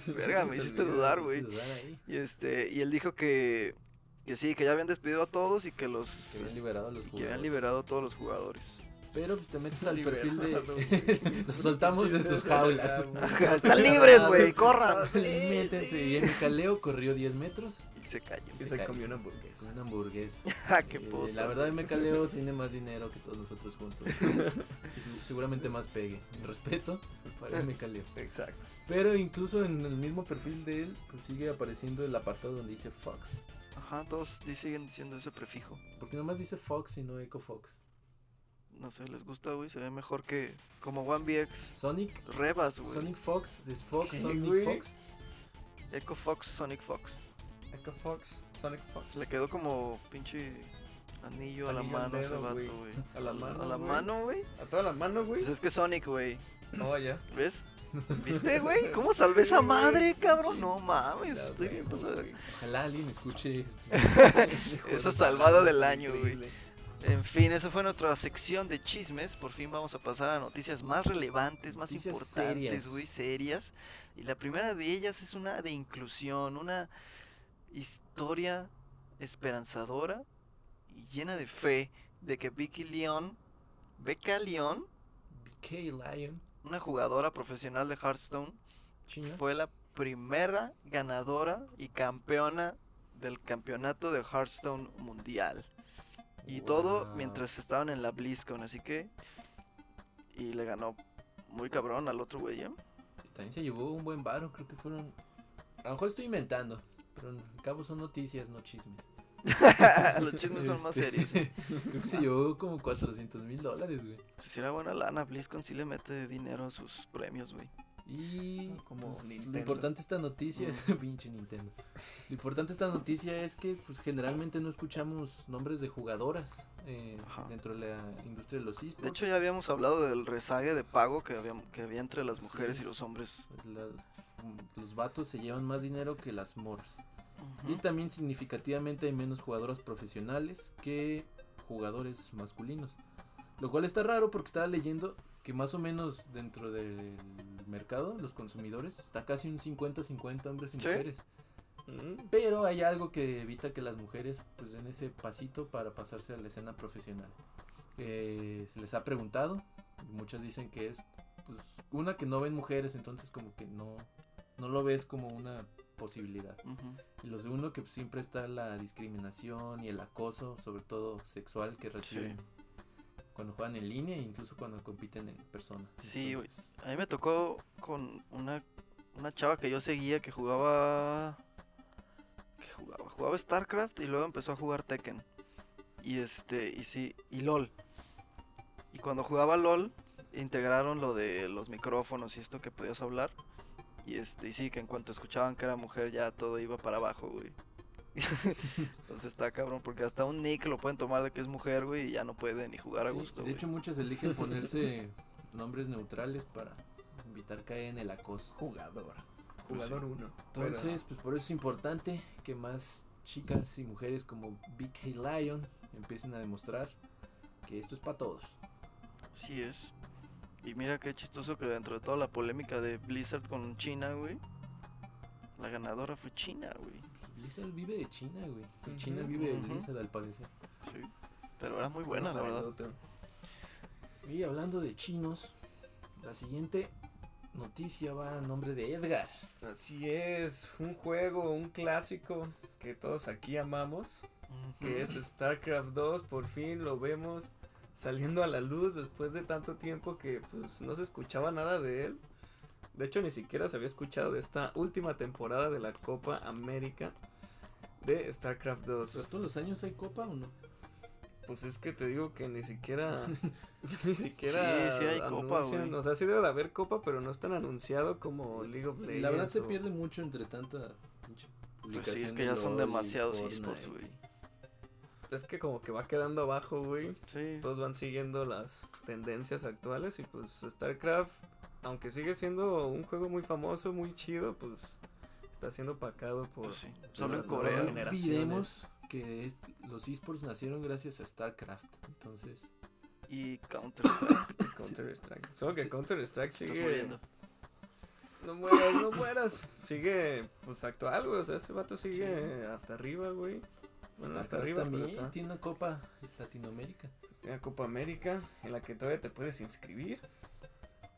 [SPEAKER 1] Verga, me
[SPEAKER 2] Se
[SPEAKER 1] hiciste
[SPEAKER 2] olvidó,
[SPEAKER 1] dudar,
[SPEAKER 2] me
[SPEAKER 1] güey.
[SPEAKER 2] hice dudar ahí.
[SPEAKER 1] Y este, y él dijo que, que sí, que ya habían despedido a todos y que los
[SPEAKER 2] Que habían liberado a los
[SPEAKER 1] que habían
[SPEAKER 2] jugadores.
[SPEAKER 1] liberado a todos los jugadores.
[SPEAKER 2] Pero pues te metes al perfil [laughs]
[SPEAKER 3] Liberado, [laughs]
[SPEAKER 2] de. Los soltamos de sus
[SPEAKER 1] [laughs]
[SPEAKER 2] jaulas.
[SPEAKER 1] Ajá, están libres, güey, corran. [laughs]
[SPEAKER 2] Métense. Y en Caleo corrió 10 metros.
[SPEAKER 1] Y se cayó.
[SPEAKER 3] Y
[SPEAKER 2] Se
[SPEAKER 3] se
[SPEAKER 2] cae.
[SPEAKER 3] comió una
[SPEAKER 2] Es
[SPEAKER 3] hamburguesa.
[SPEAKER 2] una hamburguesa.
[SPEAKER 1] [laughs] Ah, [laughs] qué
[SPEAKER 2] Eh,
[SPEAKER 1] puto.
[SPEAKER 2] la verdad, Mecaleo tiene más dinero que todos nosotros
[SPEAKER 1] [laughs]
[SPEAKER 2] juntos. Y su- seguramente más pegue. Mi respeto para Mecaleo.
[SPEAKER 3] Exacto.
[SPEAKER 2] Pero incluso en el mismo perfil de él, pues, sigue apareciendo el apartado donde dice Fox.
[SPEAKER 1] Ajá, todos di- siguen diciendo ese prefijo.
[SPEAKER 2] Porque nomás dice Fox y no Echo Fox.
[SPEAKER 1] No sé, les gusta, güey, se ve mejor que como One BX.
[SPEAKER 2] Sonic,
[SPEAKER 1] Rebas, güey.
[SPEAKER 2] Pues Sonic Fox, es Fox,
[SPEAKER 3] ¿Qué,
[SPEAKER 2] Sonic
[SPEAKER 3] güey?
[SPEAKER 2] Fox.
[SPEAKER 1] Echo Fox, Sonic Fox.
[SPEAKER 3] Echo Fox, Sonic Fox.
[SPEAKER 1] Le quedó como pinche anillo a la
[SPEAKER 3] Anillo al
[SPEAKER 1] mano a ese
[SPEAKER 3] dedo,
[SPEAKER 1] vato,
[SPEAKER 3] güey.
[SPEAKER 1] güey.
[SPEAKER 3] A la mano,
[SPEAKER 1] A la
[SPEAKER 3] güey.
[SPEAKER 1] mano, güey.
[SPEAKER 3] A toda la mano, güey.
[SPEAKER 1] Pues es que Sonic, güey.
[SPEAKER 3] No, ya.
[SPEAKER 1] [laughs]
[SPEAKER 3] [laughs]
[SPEAKER 1] ¿Ves? ¿Viste, güey? ¿Cómo salvé esa
[SPEAKER 3] Sí, güey.
[SPEAKER 1] madre, cabrón?
[SPEAKER 3] Sí.
[SPEAKER 1] No mames,
[SPEAKER 3] Ya,
[SPEAKER 1] estoy
[SPEAKER 3] güey,
[SPEAKER 1] bien
[SPEAKER 3] no,
[SPEAKER 1] pasado. [laughs]
[SPEAKER 3] güey.
[SPEAKER 2] Ojalá alguien escuche este-
[SPEAKER 3] [laughs]
[SPEAKER 1] Esa salvada del
[SPEAKER 3] Está
[SPEAKER 1] año, güey.
[SPEAKER 3] increíble.
[SPEAKER 1] En fin, esa fue nuestra sección de chismes. Por fin vamos a pasar a noticias más relevantes, más
[SPEAKER 2] Noticias
[SPEAKER 1] importantes,
[SPEAKER 2] serias.
[SPEAKER 1] güey, serias. Y la primera de ellas es una de inclusión, una historia esperanzadora y llena de fe de que Vicky León, Becca León,
[SPEAKER 2] BK Lion,
[SPEAKER 1] una jugadora profesional de Hearthstone,
[SPEAKER 2] China.
[SPEAKER 1] fue la primera ganadora y campeona del campeonato de Hearthstone mundial. Y todo
[SPEAKER 2] Wow.
[SPEAKER 1] mientras estaban en la BlizzCon, así que. Y le ganó muy cabrón al otro güey, ¿eh? [laughs]
[SPEAKER 2] También se llevó un buen varo, creo que fueron. A lo mejor estoy inventando, pero al cabo son noticias, no chismes.
[SPEAKER 1] Ah, Los chismes son más
[SPEAKER 2] Este,
[SPEAKER 1] serios.
[SPEAKER 2] [laughs] Creo que se llevó como 400 mil dólares, güey.
[SPEAKER 1] Si Pues era buena lana, BlizzCon sí le mete dinero a sus premios, güey.
[SPEAKER 2] Y
[SPEAKER 3] Ah, como
[SPEAKER 2] pues, lo
[SPEAKER 3] Nintendo.
[SPEAKER 2] importante de esta noticia es
[SPEAKER 1] Mm.
[SPEAKER 2] [laughs] pinche Nintendo. Lo importante de esta noticia es que pues generalmente no escuchamos nombres de jugadoras eh,
[SPEAKER 1] Ajá.
[SPEAKER 2] dentro de la industria de los esports.
[SPEAKER 1] De hecho, ya habíamos hablado del rezague de pago que había, que había entre las
[SPEAKER 2] Así
[SPEAKER 1] mujeres y
[SPEAKER 2] es.
[SPEAKER 1] los hombres.
[SPEAKER 2] Pues, la- mm, los vatos se llevan más dinero que las morras.
[SPEAKER 1] Ujú.
[SPEAKER 2] Y también significativamente hay menos jugadoras profesionales que jugadores masculinos. Lo cual está raro porque estaba leyendo que más o menos dentro del mercado, los consumidores, está casi un 50-50 hombres y
[SPEAKER 1] ¿Sí?
[SPEAKER 2] mujeres.
[SPEAKER 3] Mm,
[SPEAKER 2] Pero hay algo que evita que las mujeres pues den ese pasito para pasarse a la escena profesional. Eh, se les ha preguntado, muchas dicen que es pues, una que no ven mujeres, entonces como que no, no lo ves como una posibilidad.
[SPEAKER 1] Ujú.
[SPEAKER 2] Y lo segundo, que pues, siempre está la discriminación y el acoso, sobre todo sexual, que reciben cuando juegan en línea e incluso cuando compiten en persona.
[SPEAKER 1] Sí, güey.
[SPEAKER 2] Entonces,
[SPEAKER 1] A mí me tocó con una, una chava que yo seguía que jugaba jugaba. Jugaba StarCraft y luego empezó a jugar Tekken. Y este, y sí, y LOL. Y cuando jugaba LOL, integraron lo de los micrófonos y esto que podías hablar. Y este, y sí, que en cuanto escuchaban que era mujer ya todo iba para abajo, güey. [laughs] Entonces está cabrón, porque hasta un nick lo pueden tomar de que es mujer, güey, y ya no puede ni jugar a
[SPEAKER 2] Sí,
[SPEAKER 1] gusto,
[SPEAKER 2] de
[SPEAKER 1] güey.
[SPEAKER 2] hecho,
[SPEAKER 1] [laughs]
[SPEAKER 2] muchos eligen ponerse nombres neutrales para evitar caer en el acoso. Jugador.
[SPEAKER 3] Jugador 1.
[SPEAKER 2] Entonces, pues por eso es importante que más chicas y mujeres como BK Lion empiecen a demostrar que esto es para todos.
[SPEAKER 1] Sí es. Y mira qué chistoso que dentro de toda la polémica de Blizzard con China, güey, la ganadora fue China, güey.
[SPEAKER 2] Pues, Blizzard vive de China, güey. Y
[SPEAKER 3] Ujú,
[SPEAKER 2] China vive de
[SPEAKER 1] ujú.
[SPEAKER 2] Blizzard, al parecer.
[SPEAKER 1] Sí. Pero era muy buena, la verdad.
[SPEAKER 2] Y hablando de chinos, la siguiente noticia va a nombre de Edgar.
[SPEAKER 3] Así es, un juego, un clásico que todos aquí amamos, que es StarCraft 2, por fin lo vemos saliendo a la luz después de tanto tiempo que pues no se escuchaba nada de él. De hecho ni siquiera se había escuchado de esta última temporada de la Copa América de StarCraft
[SPEAKER 2] ¿Pero
[SPEAKER 3] 2.
[SPEAKER 2] todos los años hay copa o no?
[SPEAKER 3] Pues es que te digo que ni siquiera. [laughs] ya ni siquiera.
[SPEAKER 1] Sí, sí hay copa,
[SPEAKER 3] anuncian,
[SPEAKER 1] güey.
[SPEAKER 3] O sea, sí debe de haber copa, pero no es tan anunciado como League of Legends.
[SPEAKER 2] La verdad se
[SPEAKER 3] o-
[SPEAKER 2] pierde mucho entre tanta pinche
[SPEAKER 1] Pues sí, es
[SPEAKER 2] publicación
[SPEAKER 1] que
[SPEAKER 2] de
[SPEAKER 1] ya son
[SPEAKER 2] LOL y
[SPEAKER 1] demasiados
[SPEAKER 2] Fortnite,
[SPEAKER 1] esports, güey.
[SPEAKER 3] Es que como que va quedando abajo, güey.
[SPEAKER 1] Sí.
[SPEAKER 3] Todos van siguiendo las tendencias actuales y pues StarCraft, aunque sigue siendo un juego muy famoso, muy chido, pues está siendo opacado por.
[SPEAKER 1] Pues sí. Solo en
[SPEAKER 3] las nuevas
[SPEAKER 1] Corea.
[SPEAKER 2] No
[SPEAKER 3] generaciones.
[SPEAKER 2] olvidemos que es- los esports nacieron gracias a StarCraft. Entonces,
[SPEAKER 1] Y Counter Strike.
[SPEAKER 3] Counter Strike. Solo que
[SPEAKER 2] Sí.
[SPEAKER 3] Counter Strike
[SPEAKER 1] Estás
[SPEAKER 3] sigue.
[SPEAKER 1] muriendo.
[SPEAKER 3] No mueras, no mueras. Sigue, pues actual, güey. O sea, ese vato sigue hasta arriba, güey. Bueno, hasta
[SPEAKER 2] StarCraft
[SPEAKER 3] arriba, pero
[SPEAKER 2] también
[SPEAKER 3] está.
[SPEAKER 2] tiene una copa Latinoamérica.
[SPEAKER 3] Tiene Copa América, en la que todavía te puedes inscribir.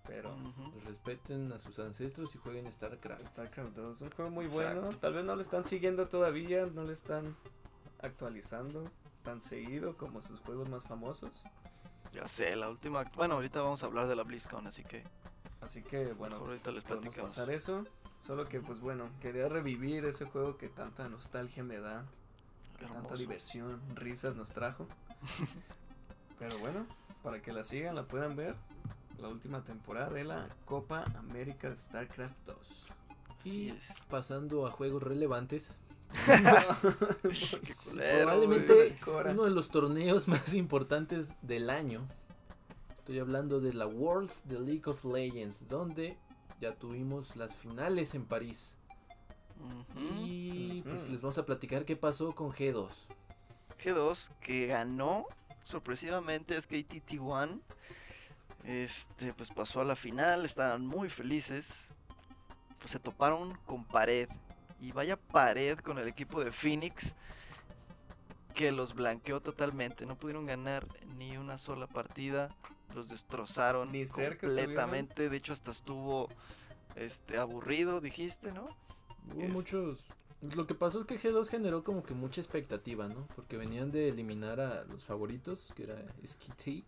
[SPEAKER 3] Pero
[SPEAKER 1] Ujú.
[SPEAKER 2] Pues respeten a sus ancestros y jueguen StarCraft.
[SPEAKER 3] StarCraft 2 un juego muy bueno.
[SPEAKER 1] Exacto.
[SPEAKER 3] Tal vez no lo están siguiendo todavía, no lo están actualizando tan seguido como sus juegos más famosos.
[SPEAKER 1] Ya sé, la última. Bueno, ahorita vamos a hablar de la BlizzCon, así que
[SPEAKER 3] Así que, bueno,
[SPEAKER 1] bueno, ahorita les
[SPEAKER 3] podemos
[SPEAKER 1] platicamos.
[SPEAKER 3] pasar eso. Solo que, pues bueno, quería revivir ese juego que tanta nostalgia me da. que tanta
[SPEAKER 1] Hermoso.
[SPEAKER 3] diversión, risas nos
[SPEAKER 1] [laughs]
[SPEAKER 3] trajo. Pero bueno, para que la sigan, la puedan ver. La última temporada de la Copa América de StarCraft 2.
[SPEAKER 1] Así
[SPEAKER 2] Y-
[SPEAKER 3] [laughs]
[SPEAKER 1] es.
[SPEAKER 2] Pasando a juegos relevantes.
[SPEAKER 1] Qué culero,
[SPEAKER 2] probablemente-
[SPEAKER 1] güey.
[SPEAKER 2] Este, Uno de los torneos [laughs] más importantes del año. Estoy hablando de la Worlds de League of Legends, donde ya tuvimos las finales en París.
[SPEAKER 3] Mm.
[SPEAKER 1] Ujú.
[SPEAKER 2] Y pues
[SPEAKER 3] Ujú.
[SPEAKER 2] les vamos a platicar qué pasó con G2.
[SPEAKER 1] G2 que ganó sorpresivamente es que ATT One este pues pasó a la final, estaban muy felices. Pues se toparon con pared y vaya pared con el equipo de Phoenix que los blanqueó totalmente, no pudieron ganar ni una sola partida, los destrozaron
[SPEAKER 3] Ni cerca estuvieron.
[SPEAKER 1] completamente, de hecho hasta estuvo este aburrido, dijiste, ¿no?
[SPEAKER 2] Hubo
[SPEAKER 1] Es-
[SPEAKER 2] muchos. Lo que pasó es que G2 generó como que mucha expectativa, ¿no? Porque venían de eliminar a los favoritos, que era SKT,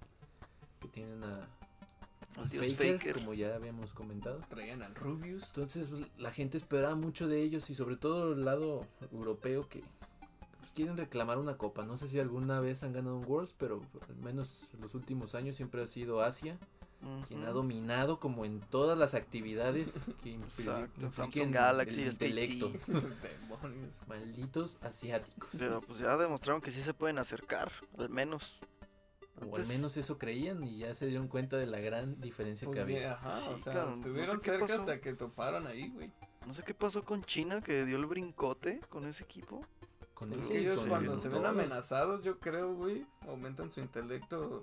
[SPEAKER 2] que tienen a, a
[SPEAKER 1] Al dios
[SPEAKER 2] Faker,
[SPEAKER 1] Faker.
[SPEAKER 2] como ya habíamos comentado.
[SPEAKER 3] Traían al Rubius. [laughs]
[SPEAKER 2] Entonces pues, la gente esperaba mucho de ellos y sobre todo el lado europeo que pues, quieren reclamar una copa. No sé si alguna vez han ganado un Worlds, pero al menos en los últimos años siempre ha sido Asia quien ha
[SPEAKER 1] Ujú.
[SPEAKER 2] dominado como en todas las actividades que impli-
[SPEAKER 1] Exacto,
[SPEAKER 2] impliquen
[SPEAKER 1] Samsung Galaxy,
[SPEAKER 2] el
[SPEAKER 1] SKT.
[SPEAKER 2] intelecto.
[SPEAKER 3] Demonios.
[SPEAKER 2] Malditos asiáticos.
[SPEAKER 1] Pero pues ya demostraron que sí se pueden acercar, al menos.
[SPEAKER 2] O al
[SPEAKER 1] Antes-
[SPEAKER 2] menos eso creían y ya se dieron cuenta de la gran diferencia
[SPEAKER 3] Pues
[SPEAKER 2] que
[SPEAKER 3] bien,
[SPEAKER 2] había.
[SPEAKER 3] ajá, o
[SPEAKER 1] Sí,
[SPEAKER 3] sea,
[SPEAKER 1] cabrón, no
[SPEAKER 3] estuvieron
[SPEAKER 1] sé qué
[SPEAKER 3] cerca
[SPEAKER 1] pasó.
[SPEAKER 3] hasta que toparon ahí, güey.
[SPEAKER 1] No sé qué pasó con China que dio el brincote con ese equipo.
[SPEAKER 2] Con
[SPEAKER 1] Pues
[SPEAKER 2] ese
[SPEAKER 1] sí,
[SPEAKER 2] y
[SPEAKER 3] ellos
[SPEAKER 2] con
[SPEAKER 3] cuando
[SPEAKER 1] el-
[SPEAKER 3] se ven
[SPEAKER 2] todos.
[SPEAKER 3] amenazados, yo creo, güey, aumentan
[SPEAKER 1] [laughs]
[SPEAKER 3] su intelecto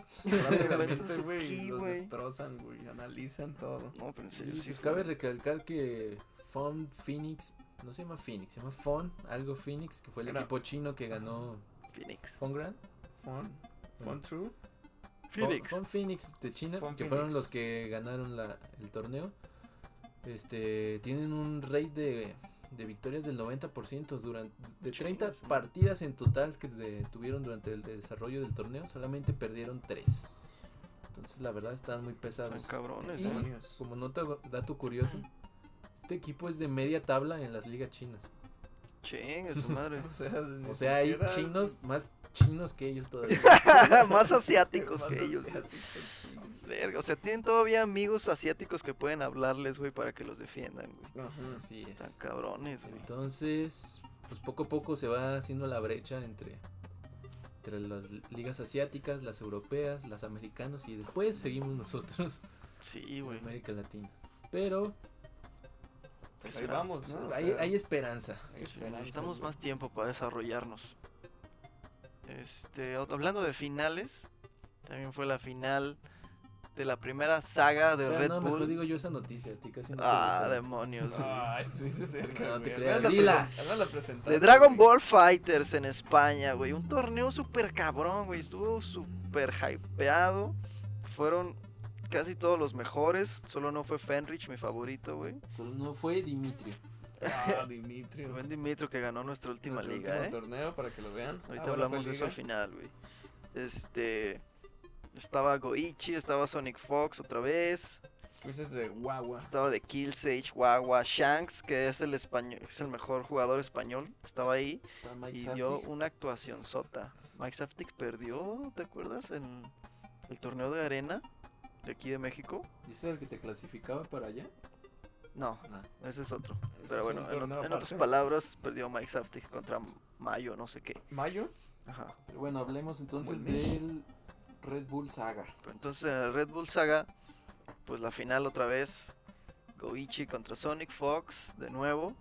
[SPEAKER 3] rápidamente,
[SPEAKER 1] su
[SPEAKER 3] güey,
[SPEAKER 1] ki,
[SPEAKER 3] y los
[SPEAKER 1] güey.
[SPEAKER 3] destrozan, güey, analizan todo.
[SPEAKER 1] No, pero en
[SPEAKER 2] Sí,
[SPEAKER 1] serio, sí.
[SPEAKER 2] pues
[SPEAKER 1] fue-
[SPEAKER 2] cabe recalcar que Fon Phoenix, no se llama Phoenix, se llama Fon, algo Phoenix, que fue el
[SPEAKER 3] Era-
[SPEAKER 2] equipo chino que ganó
[SPEAKER 1] Phoenix.
[SPEAKER 2] Fon Grand.
[SPEAKER 3] Fun, fun true.
[SPEAKER 2] Fon-
[SPEAKER 1] Phoenix.
[SPEAKER 2] Fon Phoenix de China,
[SPEAKER 3] Fon
[SPEAKER 2] que fueron
[SPEAKER 3] Phoenix.
[SPEAKER 2] los que ganaron la, el torneo. Este, tienen un rate de, de victorias del 90% durante de 30
[SPEAKER 1] Chingas, ¿no?
[SPEAKER 2] partidas en total que de- tuvieron durante el desarrollo del torneo, solamente perdieron 3. Entonces, la verdad están muy pesados.
[SPEAKER 1] Están cabrones,
[SPEAKER 2] Y-
[SPEAKER 1] ¿eh?
[SPEAKER 3] Demonios.
[SPEAKER 2] Como nota, dato curioso, este equipo es de media tabla en las ligas chinas.
[SPEAKER 1] Chingue
[SPEAKER 2] [laughs]
[SPEAKER 1] su madre.
[SPEAKER 3] [laughs]
[SPEAKER 1] [laughs]
[SPEAKER 3] O sea, ni
[SPEAKER 2] O sea, hay
[SPEAKER 3] siquiera-
[SPEAKER 2] chinos más chinos que ellos todavía.
[SPEAKER 1] [laughs] Más asiáticos
[SPEAKER 3] [laughs] más
[SPEAKER 1] que ellos.
[SPEAKER 3] asiáticos.
[SPEAKER 1] Verga, o sea, tienen todavía amigos asiáticos que pueden hablarles, güey, para que los defiendan, güey.
[SPEAKER 3] Ajá.
[SPEAKER 2] Así es.
[SPEAKER 1] Están cabrones, güey.
[SPEAKER 2] Entonces, pues poco a poco se va haciendo la brecha entre, entre las ligas asiáticas, las europeas, las americanas y después
[SPEAKER 1] [laughs]
[SPEAKER 2] seguimos nosotros,
[SPEAKER 1] Sí, güey.
[SPEAKER 2] América Latina. Pero
[SPEAKER 3] Pues
[SPEAKER 1] ¿Qué
[SPEAKER 3] ahí
[SPEAKER 1] será?
[SPEAKER 3] vamos, ¿no? O
[SPEAKER 2] hay,
[SPEAKER 3] sea,
[SPEAKER 2] hay esperanza.
[SPEAKER 3] hay
[SPEAKER 1] Sí,
[SPEAKER 3] esperanza,
[SPEAKER 1] necesitamos
[SPEAKER 3] güey.
[SPEAKER 1] más tiempo para desarrollarnos. Este, hab- hablando de finales, también fue la final de la primera saga de
[SPEAKER 2] Pero
[SPEAKER 1] Red
[SPEAKER 2] no, mejor
[SPEAKER 1] Bull.
[SPEAKER 2] digo yo esa noticia, a ti casi no te
[SPEAKER 1] ah,
[SPEAKER 2] gusta. [laughs]
[SPEAKER 1] demonios. güey.
[SPEAKER 3] [laughs] Ah, estuviste cerca.
[SPEAKER 2] No te
[SPEAKER 3] güey.
[SPEAKER 2] creas.
[SPEAKER 3] Apenas la
[SPEAKER 2] Dila.
[SPEAKER 3] presen- apenas la presentaste,
[SPEAKER 1] De Dragon
[SPEAKER 3] güey.
[SPEAKER 1] Ball Fighters en España, güey. Un torneo súper cabrón, güey. Estuvo súper hypeado. Fueron casi todos los mejores. Solo no fue Fenrich, mi favorito, güey.
[SPEAKER 2] Solo no fue Dimitri.
[SPEAKER 3] Ah,
[SPEAKER 1] [laughs]
[SPEAKER 3] Dimitri.
[SPEAKER 1] El
[SPEAKER 3] güey.
[SPEAKER 1] buen Dimitro que ganó nuestra última
[SPEAKER 3] Nuestro
[SPEAKER 1] liga,
[SPEAKER 3] último
[SPEAKER 1] eh.
[SPEAKER 3] torneo para que lo vean. Ah,
[SPEAKER 1] Ahorita
[SPEAKER 3] bueno,
[SPEAKER 1] hablamos
[SPEAKER 3] fue
[SPEAKER 1] de eso al
[SPEAKER 3] liga.
[SPEAKER 1] final, güey. Este. Estaba Goichi, estaba Sonic Fox otra vez.
[SPEAKER 3] Cruces de guagua.
[SPEAKER 1] Estaba de Kill Sage, Wawa, Shanks, que es el español, es el mejor jugador español. Estaba ahí
[SPEAKER 2] Está Mike
[SPEAKER 1] y
[SPEAKER 2] Safdie.
[SPEAKER 1] dio una actuación sota. Mike Saftik perdió, ¿te acuerdas? En el torneo de arena de aquí de México.
[SPEAKER 2] ¿Y ese era el que te clasificaba para allá?
[SPEAKER 1] No,
[SPEAKER 2] Ah.
[SPEAKER 1] ese es otro.
[SPEAKER 3] Ese
[SPEAKER 1] Pero
[SPEAKER 3] es
[SPEAKER 1] bueno,
[SPEAKER 3] un
[SPEAKER 1] en,
[SPEAKER 3] torneo
[SPEAKER 1] ot- en otras
[SPEAKER 3] aparte.
[SPEAKER 1] palabras, perdió Mike Saftik contra Mayo, no sé qué.
[SPEAKER 3] Mayo.
[SPEAKER 1] Ajá.
[SPEAKER 2] Pero bueno, hablemos entonces
[SPEAKER 1] Buen mes.
[SPEAKER 2] del Red Bull Saga.
[SPEAKER 1] Pero entonces en el Red Bull Saga, pues la final otra vez, Goichi contra Sonic Fox de nuevo.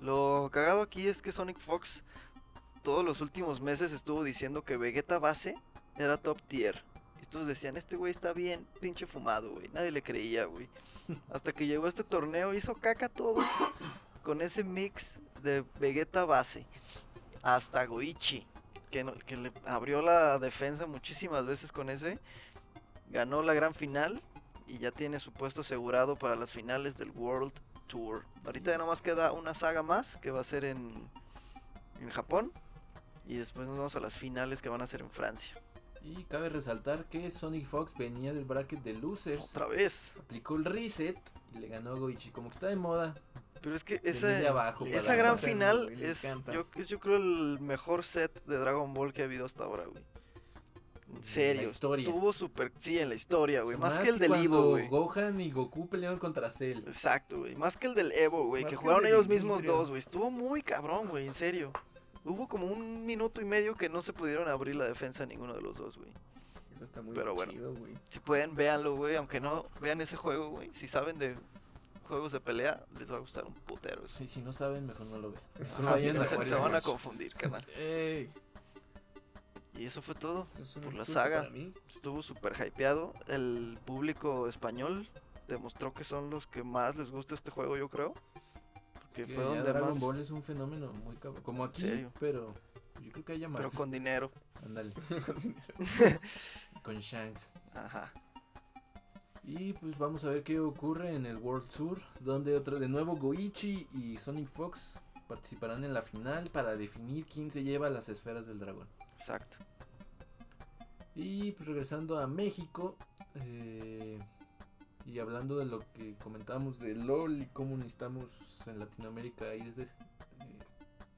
[SPEAKER 1] Lo cagado aquí es que Sonic Fox todos los últimos meses estuvo diciendo que Vegeta base era top tier. Y todos decían, este güey está bien pinche fumado, güey. Nadie le creía, güey. Hasta que llegó este torneo, hizo caca a todos con ese mix de Vegeta base. Hasta Goichi, que, no- que le abrió la defensa muchísimas veces con ese. Ganó la gran final y ya tiene su puesto asegurado para las finales del World Tour. Ahorita ya nomás queda una saga más que va a ser en, en Japón. Y después nos vamos a las finales que van a ser en Francia.
[SPEAKER 2] Y cabe resaltar que Sonic Fox venía del bracket de losers.
[SPEAKER 1] Otra vez.
[SPEAKER 2] Aplicó el reset y le ganó a Goichi. Como que está de moda.
[SPEAKER 1] Pero es que
[SPEAKER 2] venir de
[SPEAKER 1] esa,
[SPEAKER 2] abajo para
[SPEAKER 1] esa gran
[SPEAKER 2] adelante.
[SPEAKER 3] pasarlo,
[SPEAKER 1] final
[SPEAKER 3] güey, le
[SPEAKER 1] es
[SPEAKER 3] encanta.
[SPEAKER 1] yo, es yo creo el mejor set de Dragon Ball que ha habido hasta ahora, güey. En serio.
[SPEAKER 2] historia.
[SPEAKER 1] Tuvo super... Sí, en la historia,
[SPEAKER 2] O
[SPEAKER 1] güey.
[SPEAKER 2] sea,
[SPEAKER 1] más, que el del
[SPEAKER 2] cuando
[SPEAKER 1] Evo, güey.
[SPEAKER 2] Gohan y Goku pelearon contra Cell.
[SPEAKER 1] Exacto, güey. Más que el del Evo, güey.
[SPEAKER 3] Más
[SPEAKER 1] Que
[SPEAKER 3] que el
[SPEAKER 1] jugaron
[SPEAKER 3] del
[SPEAKER 1] ellos mismos
[SPEAKER 3] Dimitrio.
[SPEAKER 1] dos, güey. Estuvo muy cabrón, güey. En serio. Hubo como un minuto y medio que no se pudieron abrir la defensa ninguno de los dos, güey.
[SPEAKER 3] Eso está muy
[SPEAKER 1] Pero bueno.
[SPEAKER 3] chido, güey.
[SPEAKER 1] Si pueden, véanlo, güey. Aunque no vean ese juego, güey. Si saben de juegos de pelea, les va a gustar un putero eso.
[SPEAKER 2] Y si no saben, mejor no lo vean. Mejor
[SPEAKER 1] Ajá, si
[SPEAKER 2] vayan
[SPEAKER 1] no
[SPEAKER 2] a
[SPEAKER 1] se,
[SPEAKER 2] jugar
[SPEAKER 1] se van a
[SPEAKER 2] Smash.
[SPEAKER 1] confundir, canal.
[SPEAKER 3] Ey,
[SPEAKER 1] Y eso fue todo.
[SPEAKER 3] eso es un
[SPEAKER 1] Por la
[SPEAKER 3] insulto
[SPEAKER 1] saga.
[SPEAKER 3] para mí.
[SPEAKER 1] Estuvo súper hypeado. El público español demostró que son los que más les gusta este juego, yo creo. Porque
[SPEAKER 2] Que
[SPEAKER 1] fue
[SPEAKER 2] ya
[SPEAKER 1] donde
[SPEAKER 2] Dragon
[SPEAKER 1] más.
[SPEAKER 2] Ball es un fenómeno muy cabrón. Como aquí,
[SPEAKER 1] serio.
[SPEAKER 2] pero yo creo que haya más.
[SPEAKER 1] Pero con dinero. [laughs]
[SPEAKER 2] Ándale, con Shanks.
[SPEAKER 1] Ajá.
[SPEAKER 2] Y pues vamos a ver qué ocurre en el World Tour, donde otra de nuevo Goichi y Sonic Fox participarán en la final para definir quién se lleva las esferas del dragón.
[SPEAKER 1] Exacto.
[SPEAKER 2] Y pues regresando a México eh, y hablando de lo que comentábamos de LOL y cómo necesitamos en Latinoamérica ir des- eh,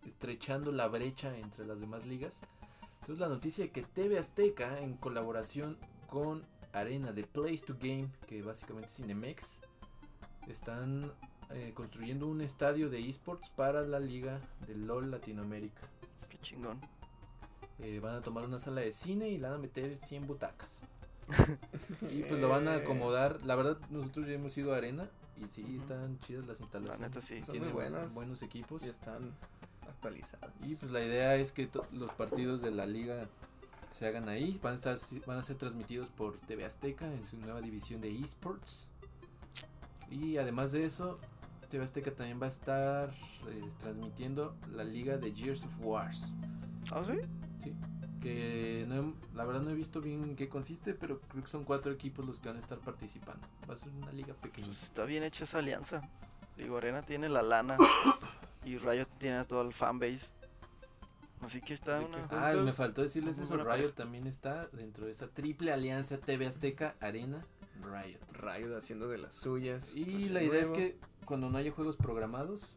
[SPEAKER 2] estrechando la brecha entre las demás ligas. Entonces la noticia de que TV Azteca en colaboración con Arena de Place to Game, que básicamente es Cinemex, están eh, construyendo un estadio de esports para la liga de LOL Latinoamérica.
[SPEAKER 1] Qué chingón.
[SPEAKER 2] Eh, van a tomar una sala de cine y la van a meter
[SPEAKER 1] [laughs]
[SPEAKER 2] 100 butacas. y pues lo van a
[SPEAKER 3] Eh.
[SPEAKER 2] acomodar. La verdad, nosotros ya hemos ido a Arena y sí,
[SPEAKER 1] Ujú.
[SPEAKER 2] están chidas las instalaciones.
[SPEAKER 1] neta, sí.
[SPEAKER 3] Son muy
[SPEAKER 2] Tienen
[SPEAKER 3] buenas.
[SPEAKER 2] buenos equipos.
[SPEAKER 3] Y Pues están actualizados.
[SPEAKER 2] Y pues la idea es que to- los partidos de la liga se hagan ahí. Van a, estar, van a ser transmitidos por TV Azteca en su nueva división de esports. Y además de eso, TV Azteca también va a estar eh, transmitiendo la liga de Gears of Wars.
[SPEAKER 1] ¿Ah, sí?
[SPEAKER 2] Que no he- la verdad no he visto bien en qué consiste, pero creo que son cuatro equipos los que van a estar participando. Va a ser una liga pequeña.
[SPEAKER 1] Pues está bien hecha esa alianza. Digo, Arena tiene la lana y Riot tiene a todo el fanbase. Así que está
[SPEAKER 3] Así
[SPEAKER 1] una.
[SPEAKER 3] que-
[SPEAKER 2] Ah, me
[SPEAKER 3] Entonces,
[SPEAKER 2] faltó decirles
[SPEAKER 1] muy
[SPEAKER 2] eso.
[SPEAKER 1] buena
[SPEAKER 2] Riot
[SPEAKER 1] pareja.
[SPEAKER 2] también está dentro de esa triple alianza TV Azteca, Arena, Riot.
[SPEAKER 3] Rayo haciendo de las suyas. Pues
[SPEAKER 2] Y
[SPEAKER 1] pues,
[SPEAKER 3] Entonces,
[SPEAKER 2] la idea es
[SPEAKER 3] luego,
[SPEAKER 2] que cuando no haya juegos programados,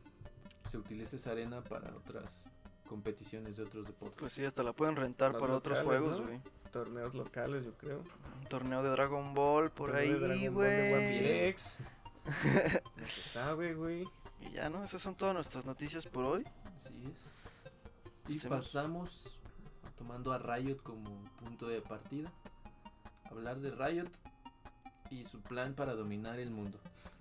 [SPEAKER 2] se utilice esa arena para otras competiciones de otros deportes.
[SPEAKER 1] Pues sí, hasta la pueden rentar
[SPEAKER 3] Las
[SPEAKER 1] para otros
[SPEAKER 3] locales,
[SPEAKER 1] juegos,
[SPEAKER 3] ¿no?
[SPEAKER 1] güey.
[SPEAKER 3] Torneos locales, yo creo.
[SPEAKER 1] Un torneo de Dragon Ball por
[SPEAKER 3] Torneo de
[SPEAKER 1] ahí,
[SPEAKER 3] Dragon Ball de
[SPEAKER 1] güey.
[SPEAKER 3] One
[SPEAKER 1] [laughs]
[SPEAKER 3] Pirex. No se sabe, güey.
[SPEAKER 1] Y ya, ¿no? Esas son todas nuestras noticias por hoy.
[SPEAKER 2] Así es. Y
[SPEAKER 1] Hacemos-
[SPEAKER 2] pasamos tomando a Riot como punto de partida. Hablar de Riot y su plan para dominar el mundo.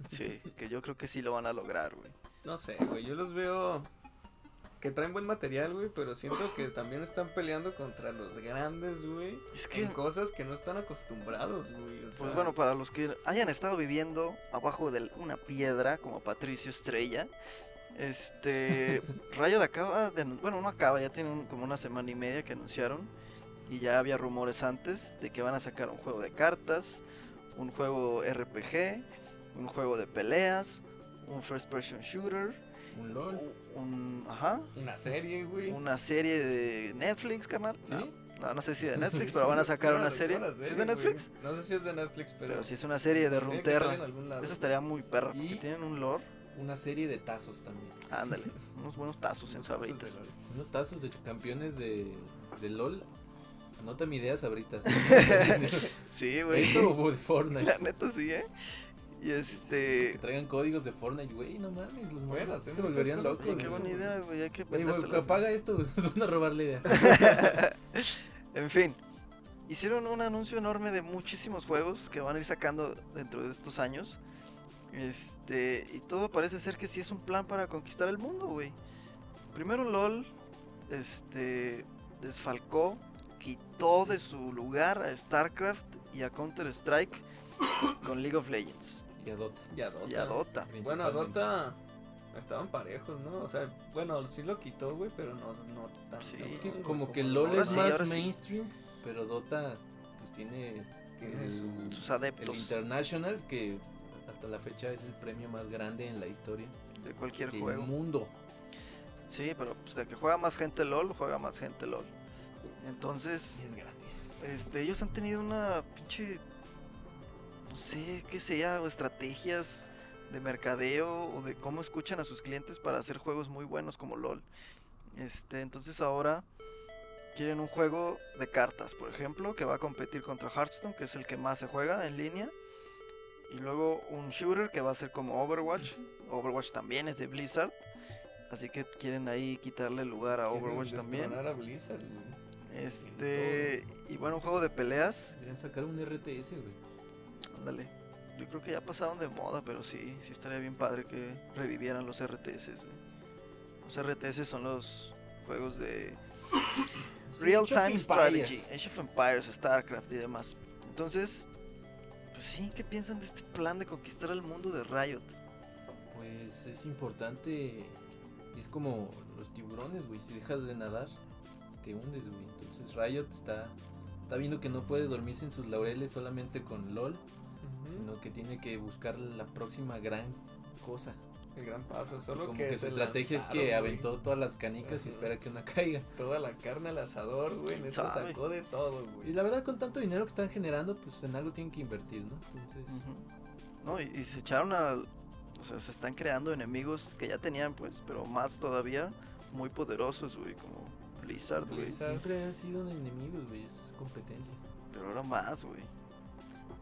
[SPEAKER 1] Sí, que yo creo que sí lo van a lograr, güey.
[SPEAKER 3] No sé, güey. Yo los veo que traen buen material, güey. Pero siento que también están peleando contra los grandes, güey.
[SPEAKER 1] Es que,
[SPEAKER 3] En cosas que no están acostumbrados, güey. o sea,
[SPEAKER 1] pues bueno, para los que hayan estado viviendo abajo de una piedra, como Patricio Estrella,
[SPEAKER 3] [laughs]
[SPEAKER 1] este. Riot acaba de. anun- Bueno, no acaba, ya tiene un- como una semana y media que anunciaron. Y ya había rumores antes de que van a sacar un juego de cartas, un juego RPG, un juego de peleas, un first person shooter,
[SPEAKER 2] Un LOL.
[SPEAKER 1] un. Ajá.
[SPEAKER 3] Una serie, güey. [laughs]
[SPEAKER 1] Una serie de Netflix, carnal.
[SPEAKER 2] ¿Sí?
[SPEAKER 1] No, No, no sé
[SPEAKER 3] [laughs]
[SPEAKER 1] si de Netflix,
[SPEAKER 3] Sí,
[SPEAKER 1] pero van a
[SPEAKER 3] una-
[SPEAKER 1] sacar
[SPEAKER 3] una-
[SPEAKER 1] una serie.
[SPEAKER 3] una
[SPEAKER 1] ¿Sí es de
[SPEAKER 3] güey.
[SPEAKER 1] Netflix?
[SPEAKER 3] No sé si es de Netflix, pero.
[SPEAKER 1] Pero si es una serie de
[SPEAKER 3] tiene que estar
[SPEAKER 1] Runeterra.
[SPEAKER 3] en algún lado.
[SPEAKER 1] Esa estaría muy perra, porque
[SPEAKER 2] Y-
[SPEAKER 1] tienen un lore.
[SPEAKER 2] Una serie de tazos también.
[SPEAKER 1] Ándale, unos buenos tazos pues, en
[SPEAKER 3] Unos tazos de
[SPEAKER 1] sabritas.
[SPEAKER 3] LOL.
[SPEAKER 2] Unos tazos de campeones de, de LOL. Anótame ideas [laughs] ahorita. ¿sí?
[SPEAKER 1] Sí, güey.
[SPEAKER 2] Eso o de Fortnite.
[SPEAKER 1] [laughs] La neta sí, ¿eh? Y
[SPEAKER 2] Que
[SPEAKER 1] este...
[SPEAKER 2] traigan códigos de Fortnite, güey, no mames, los
[SPEAKER 3] Pueden
[SPEAKER 2] morros
[SPEAKER 3] hacer
[SPEAKER 2] se
[SPEAKER 3] muchas
[SPEAKER 2] volverían
[SPEAKER 3] cosas,
[SPEAKER 2] locos.
[SPEAKER 1] Oye, qué
[SPEAKER 2] de
[SPEAKER 3] güey,
[SPEAKER 2] eso,
[SPEAKER 1] buena
[SPEAKER 2] güey.
[SPEAKER 1] idea, güey. Hay que
[SPEAKER 2] Güey, güey,
[SPEAKER 1] vendérselas.
[SPEAKER 2] apaga esto, [laughs] nos van a robar la idea.
[SPEAKER 1] [laughs] En fin, hicieron un anuncio enorme de muchísimos juegos que van a ir sacando dentro de estos años. Este, y todo parece ser que sí es un plan para conquistar el mundo, güey. Primero LOL este desfalcó, quitó de su lugar a StarCraft y a Counter-Strike con League of Legends
[SPEAKER 2] Y a Dota.
[SPEAKER 3] Y a Dota.
[SPEAKER 1] y a Dota.
[SPEAKER 3] Bueno, a
[SPEAKER 2] principalmente.
[SPEAKER 3] Dota estaban parejos, ¿no? O sea, bueno, sí lo quitó, güey, pero no, no tanto.
[SPEAKER 1] Sí.
[SPEAKER 2] Es
[SPEAKER 3] güey,
[SPEAKER 2] que como que
[SPEAKER 3] el
[SPEAKER 2] LOL
[SPEAKER 1] Pues Ahora
[SPEAKER 2] es
[SPEAKER 1] sí,
[SPEAKER 2] más
[SPEAKER 1] ahora sí.
[SPEAKER 2] mainstream, pero Dota pues tiene
[SPEAKER 3] Tiene
[SPEAKER 2] el,
[SPEAKER 3] su-
[SPEAKER 1] Sus
[SPEAKER 2] el
[SPEAKER 1] adeptos
[SPEAKER 2] International que hasta la fecha es el premio más grande en la historia
[SPEAKER 1] de cualquier
[SPEAKER 2] del
[SPEAKER 1] juego.
[SPEAKER 2] mundo.
[SPEAKER 1] Sí, pero pues, de que juega más gente LOL, juega más gente LOL. Entonces,
[SPEAKER 3] Y es gratis.
[SPEAKER 1] este, ellos han tenido una pinche, no sé qué sea, o estrategias de mercadeo o de cómo escuchan a sus clientes para hacer juegos muy buenos como LOL. Este, entonces ahora quieren un juego de cartas, por ejemplo, que va a competir contra Hearthstone, que es el que más se juega en línea. Y luego un shooter que va a ser como Overwatch. Overwatch también es de Blizzard. Así que quieren ahí quitarle lugar a
[SPEAKER 3] Quieren
[SPEAKER 1] Overwatch también.
[SPEAKER 3] destronar a Blizzard, güey.
[SPEAKER 1] Este, y bueno, un juego de peleas
[SPEAKER 2] Deberían sacar un RTS, güey.
[SPEAKER 1] Ándale. Yo creo que ya pasaron de moda, pero sí, sí estaría bien padre que revivieran los RTS. güey. Los RTS son los juegos de
[SPEAKER 2] Sí,
[SPEAKER 1] Real
[SPEAKER 2] Age of
[SPEAKER 1] Time
[SPEAKER 2] Empires.
[SPEAKER 1] Strategy, Age of Empires, StarCraft y demás. Entonces, pues sí, ¿qué piensan de este plan de conquistar el mundo de Riot?
[SPEAKER 2] Pues es importante. Es como los tiburones, güey. Si dejas de nadar, te hundes, güey. Entonces Riot está, está viendo que no puede dormirse en sus laureles solamente con LOL, sino que tiene que buscar la próxima gran cosa.
[SPEAKER 3] El gran paso,
[SPEAKER 2] Y
[SPEAKER 3] solo
[SPEAKER 2] como
[SPEAKER 3] que.
[SPEAKER 2] que su
[SPEAKER 3] se
[SPEAKER 2] estrategia es
[SPEAKER 3] lanzaron,
[SPEAKER 2] que
[SPEAKER 3] güey.
[SPEAKER 2] aventó todas las canicas y
[SPEAKER 3] Ajá.
[SPEAKER 2] espera que una caiga.
[SPEAKER 3] Toda la carne al asador,
[SPEAKER 1] Pues,
[SPEAKER 3] güey.
[SPEAKER 1] ¿quién
[SPEAKER 3] Neta
[SPEAKER 1] sabe?
[SPEAKER 3] sacó de todo, güey.
[SPEAKER 2] Y la verdad, con tanto dinero que están generando, pues en algo tienen que invertir, ¿no? Entonces,
[SPEAKER 1] Ujú. No, y, y se echaron a... O sea, se están creando enemigos que ya tenían, pues, pero más todavía, muy poderosos, güey, como Blizzard,
[SPEAKER 2] pues,
[SPEAKER 1] güey.
[SPEAKER 2] siempre han sido enemigos, güey. Es competencia.
[SPEAKER 1] Pero ahora más, güey.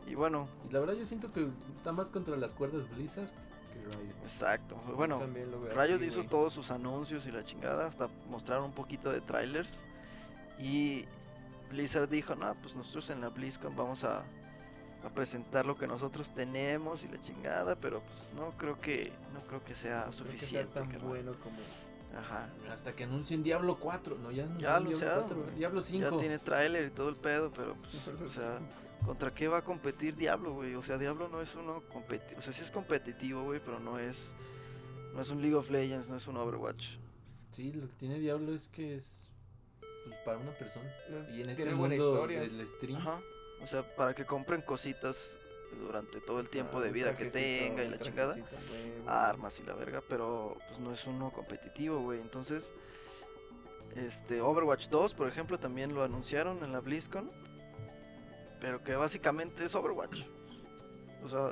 [SPEAKER 1] Y bueno,
[SPEAKER 2] Y la verdad, yo siento que está más contra las cuerdas Blizzard que Riot.
[SPEAKER 1] exacto.
[SPEAKER 3] Yo
[SPEAKER 1] Bueno,
[SPEAKER 3] también lo veo
[SPEAKER 1] Riot
[SPEAKER 3] así,
[SPEAKER 1] hizo
[SPEAKER 3] güey.
[SPEAKER 1] todos sus anuncios y la chingada, hasta mostraron un poquito de trailers. Y Blizzard dijo, no, pues nosotros en la BlizzCon vamos a, a presentar lo que nosotros tenemos y la chingada, pero pues no creo que, no creo que sea
[SPEAKER 3] No creo que sea
[SPEAKER 1] suficiente.
[SPEAKER 3] tan
[SPEAKER 1] carnal".
[SPEAKER 3] bueno como.
[SPEAKER 1] Ajá.
[SPEAKER 2] Hasta que anuncien Diablo 4. No, ya
[SPEAKER 1] Ya
[SPEAKER 2] anunciaron Diablo
[SPEAKER 1] anunciaron,
[SPEAKER 2] 4.
[SPEAKER 1] güey.
[SPEAKER 2] Diablo 5.
[SPEAKER 1] Ya tiene trailer y todo el pedo, pero
[SPEAKER 3] [laughs]
[SPEAKER 1] pues,
[SPEAKER 3] Diablo
[SPEAKER 1] o sea, ¿contra qué va a competir Diablo, güey? O sea, Diablo no es uno competitivo, o sea, sí es competitivo, güey, pero no es, no es un League of Legends, no es un Overwatch.
[SPEAKER 2] Sí, lo que tiene Diablo es que es pues, para una persona. Y en este
[SPEAKER 3] Tiene
[SPEAKER 2] mundo
[SPEAKER 3] buena historia.
[SPEAKER 2] del stream,
[SPEAKER 1] Ajá. O sea, para que compren cositas durante todo el tiempo
[SPEAKER 3] Ah,
[SPEAKER 1] de
[SPEAKER 3] un
[SPEAKER 1] vida que
[SPEAKER 3] trajecito,
[SPEAKER 1] tenga y
[SPEAKER 3] un
[SPEAKER 1] la chingada.
[SPEAKER 3] trajecito, güey, güey.
[SPEAKER 1] armas y la verga, pero pues no es uno competitivo, güey. Entonces, este Overwatch 2, por ejemplo, también lo anunciaron en la BlizzCon, pero que básicamente es Overwatch. O sea,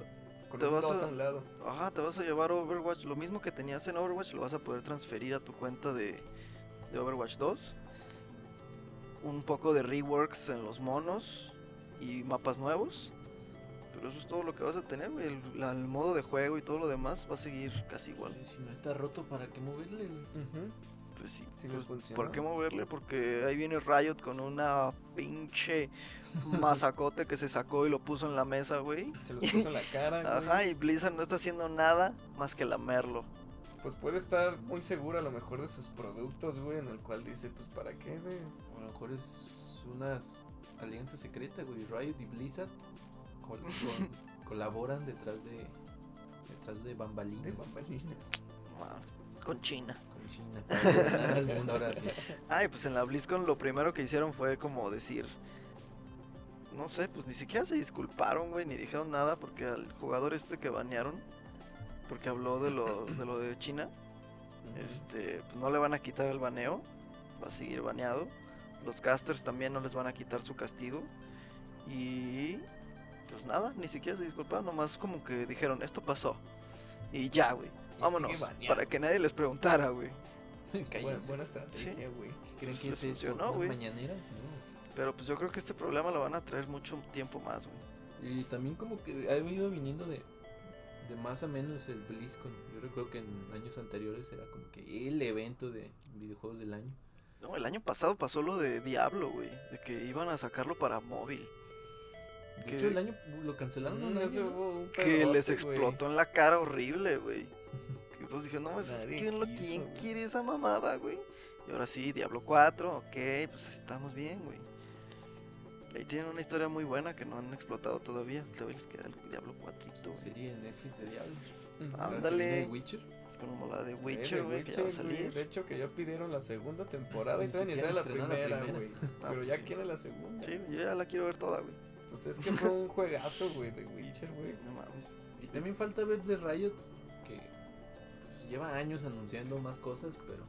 [SPEAKER 3] Con
[SPEAKER 1] Te
[SPEAKER 3] un
[SPEAKER 1] vas a-
[SPEAKER 3] dos a un lado.
[SPEAKER 1] Ajá, te vas a llevar Overwatch. Lo mismo que tenías en Overwatch lo vas a poder transferir a tu cuenta de, de Overwatch 2. Un poco de reworks en los monos y mapas nuevos. Pero eso es todo lo que vas a tener, güey. El, la- el modo de juego y todo lo demás va a seguir casi igual.
[SPEAKER 2] pues, Sí, si no está roto, ¿para qué moverle, güey?
[SPEAKER 3] Ujú.
[SPEAKER 1] Pues sí.
[SPEAKER 3] Sí les
[SPEAKER 1] pues, ¿Por
[SPEAKER 3] funciona.
[SPEAKER 1] qué moverle? Porque ahí viene Riot con una pinche masacote que se sacó y lo puso en la mesa,
[SPEAKER 3] [laughs]
[SPEAKER 1] güey.
[SPEAKER 3] Se los puso en la cara. güey.
[SPEAKER 1] Ajá, y Blizzard no está haciendo nada más que lamerlo.
[SPEAKER 3] Pues puede estar muy seguro a lo mejor de sus productos, güey, en el cual dice, pues para qué, güey.
[SPEAKER 2] A lo mejor es unas alianzas secretas, güey. Riot y Blizzard col- [laughs] con- colaboran detrás de detrás de bambalinas,
[SPEAKER 3] De
[SPEAKER 1] Pues,
[SPEAKER 3] bambalinas.
[SPEAKER 1] Más, Con China.
[SPEAKER 2] con China [laughs] para gobernar al mundo ahora sí.
[SPEAKER 1] Ay, pues en la BlizzCon lo primero que hicieron fue como decir. No sé, pues ni siquiera se disculparon, güey, ni dijeron nada porque al jugador este que banearon, porque habló de lo de, lo de China, este, pues no le van a quitar el baneo, va a seguir baneado. Los casters también no les van a quitar su castigo. Y pues nada, ni siquiera se disculparon, nomás como que dijeron, esto pasó. Y ya, güey,
[SPEAKER 3] sigue
[SPEAKER 1] vámonos,
[SPEAKER 3] baneado.
[SPEAKER 1] para que nadie les preguntara, güey.
[SPEAKER 2] Cállense.
[SPEAKER 3] Buen- buena estrategia, güey.
[SPEAKER 2] ¿Qué creen
[SPEAKER 1] pues
[SPEAKER 2] que
[SPEAKER 1] les
[SPEAKER 2] es esto?
[SPEAKER 1] funcionó,
[SPEAKER 2] ¿Una
[SPEAKER 1] güey.
[SPEAKER 2] mañanera? No.
[SPEAKER 1] Pero pues yo creo que este problema lo van a traer mucho tiempo más, güey.
[SPEAKER 2] Y también como que ha ido viniendo de, de más a menos el BlizzCon. Yo recuerdo que en años anteriores era como que el evento de videojuegos del año.
[SPEAKER 1] No, el año pasado pasó lo de Diablo, güey. De que iban a sacarlo para móvil.
[SPEAKER 2] De
[SPEAKER 1] Que-
[SPEAKER 2] hecho, el año lo cancelaron un
[SPEAKER 3] Mm,
[SPEAKER 2] año,
[SPEAKER 3] eso
[SPEAKER 2] ¿no?
[SPEAKER 3] hubo un
[SPEAKER 1] Que les
[SPEAKER 3] pedote,
[SPEAKER 1] explotó en la cara horrible,
[SPEAKER 3] [laughs]
[SPEAKER 1] güey. Que Entonces dije, no, pues,
[SPEAKER 3] Nadie
[SPEAKER 1] ¿quién, lo,
[SPEAKER 3] quiso,
[SPEAKER 1] ¿quién
[SPEAKER 3] güey.
[SPEAKER 1] quiere esa mamada, güey? Y ahora sí, Diablo 4, ok, pues estamos bien, güey. Ahí tienen una historia muy buena que no han explotado todavía. Todavía les queda el Diablo 4,
[SPEAKER 2] Su serie de Netflix de Diablo.
[SPEAKER 3] güey. Ujú.
[SPEAKER 1] Ándale.
[SPEAKER 2] De Witcher.
[SPEAKER 1] como la de
[SPEAKER 3] Eh,
[SPEAKER 1] Witcher, güey, que ya va a
[SPEAKER 3] Witcher, güey.
[SPEAKER 1] salir.
[SPEAKER 3] De hecho, que ya pidieron la segunda temporada y
[SPEAKER 2] Ni
[SPEAKER 3] todavía ni sale
[SPEAKER 2] siquiera
[SPEAKER 3] la
[SPEAKER 2] estrenó la
[SPEAKER 3] primera,
[SPEAKER 2] primera.
[SPEAKER 3] güey.
[SPEAKER 1] Ah,
[SPEAKER 3] Pero
[SPEAKER 1] pues
[SPEAKER 3] ya
[SPEAKER 1] sí.
[SPEAKER 3] quiere la segunda.
[SPEAKER 1] Sí, yo ya la quiero ver toda, güey.
[SPEAKER 3] Pues es que fue un juegazo, güey, de Witcher, güey.
[SPEAKER 1] No mames.
[SPEAKER 2] Y también falta ver de Riot, que pues, lleva años anunciando más cosas, pero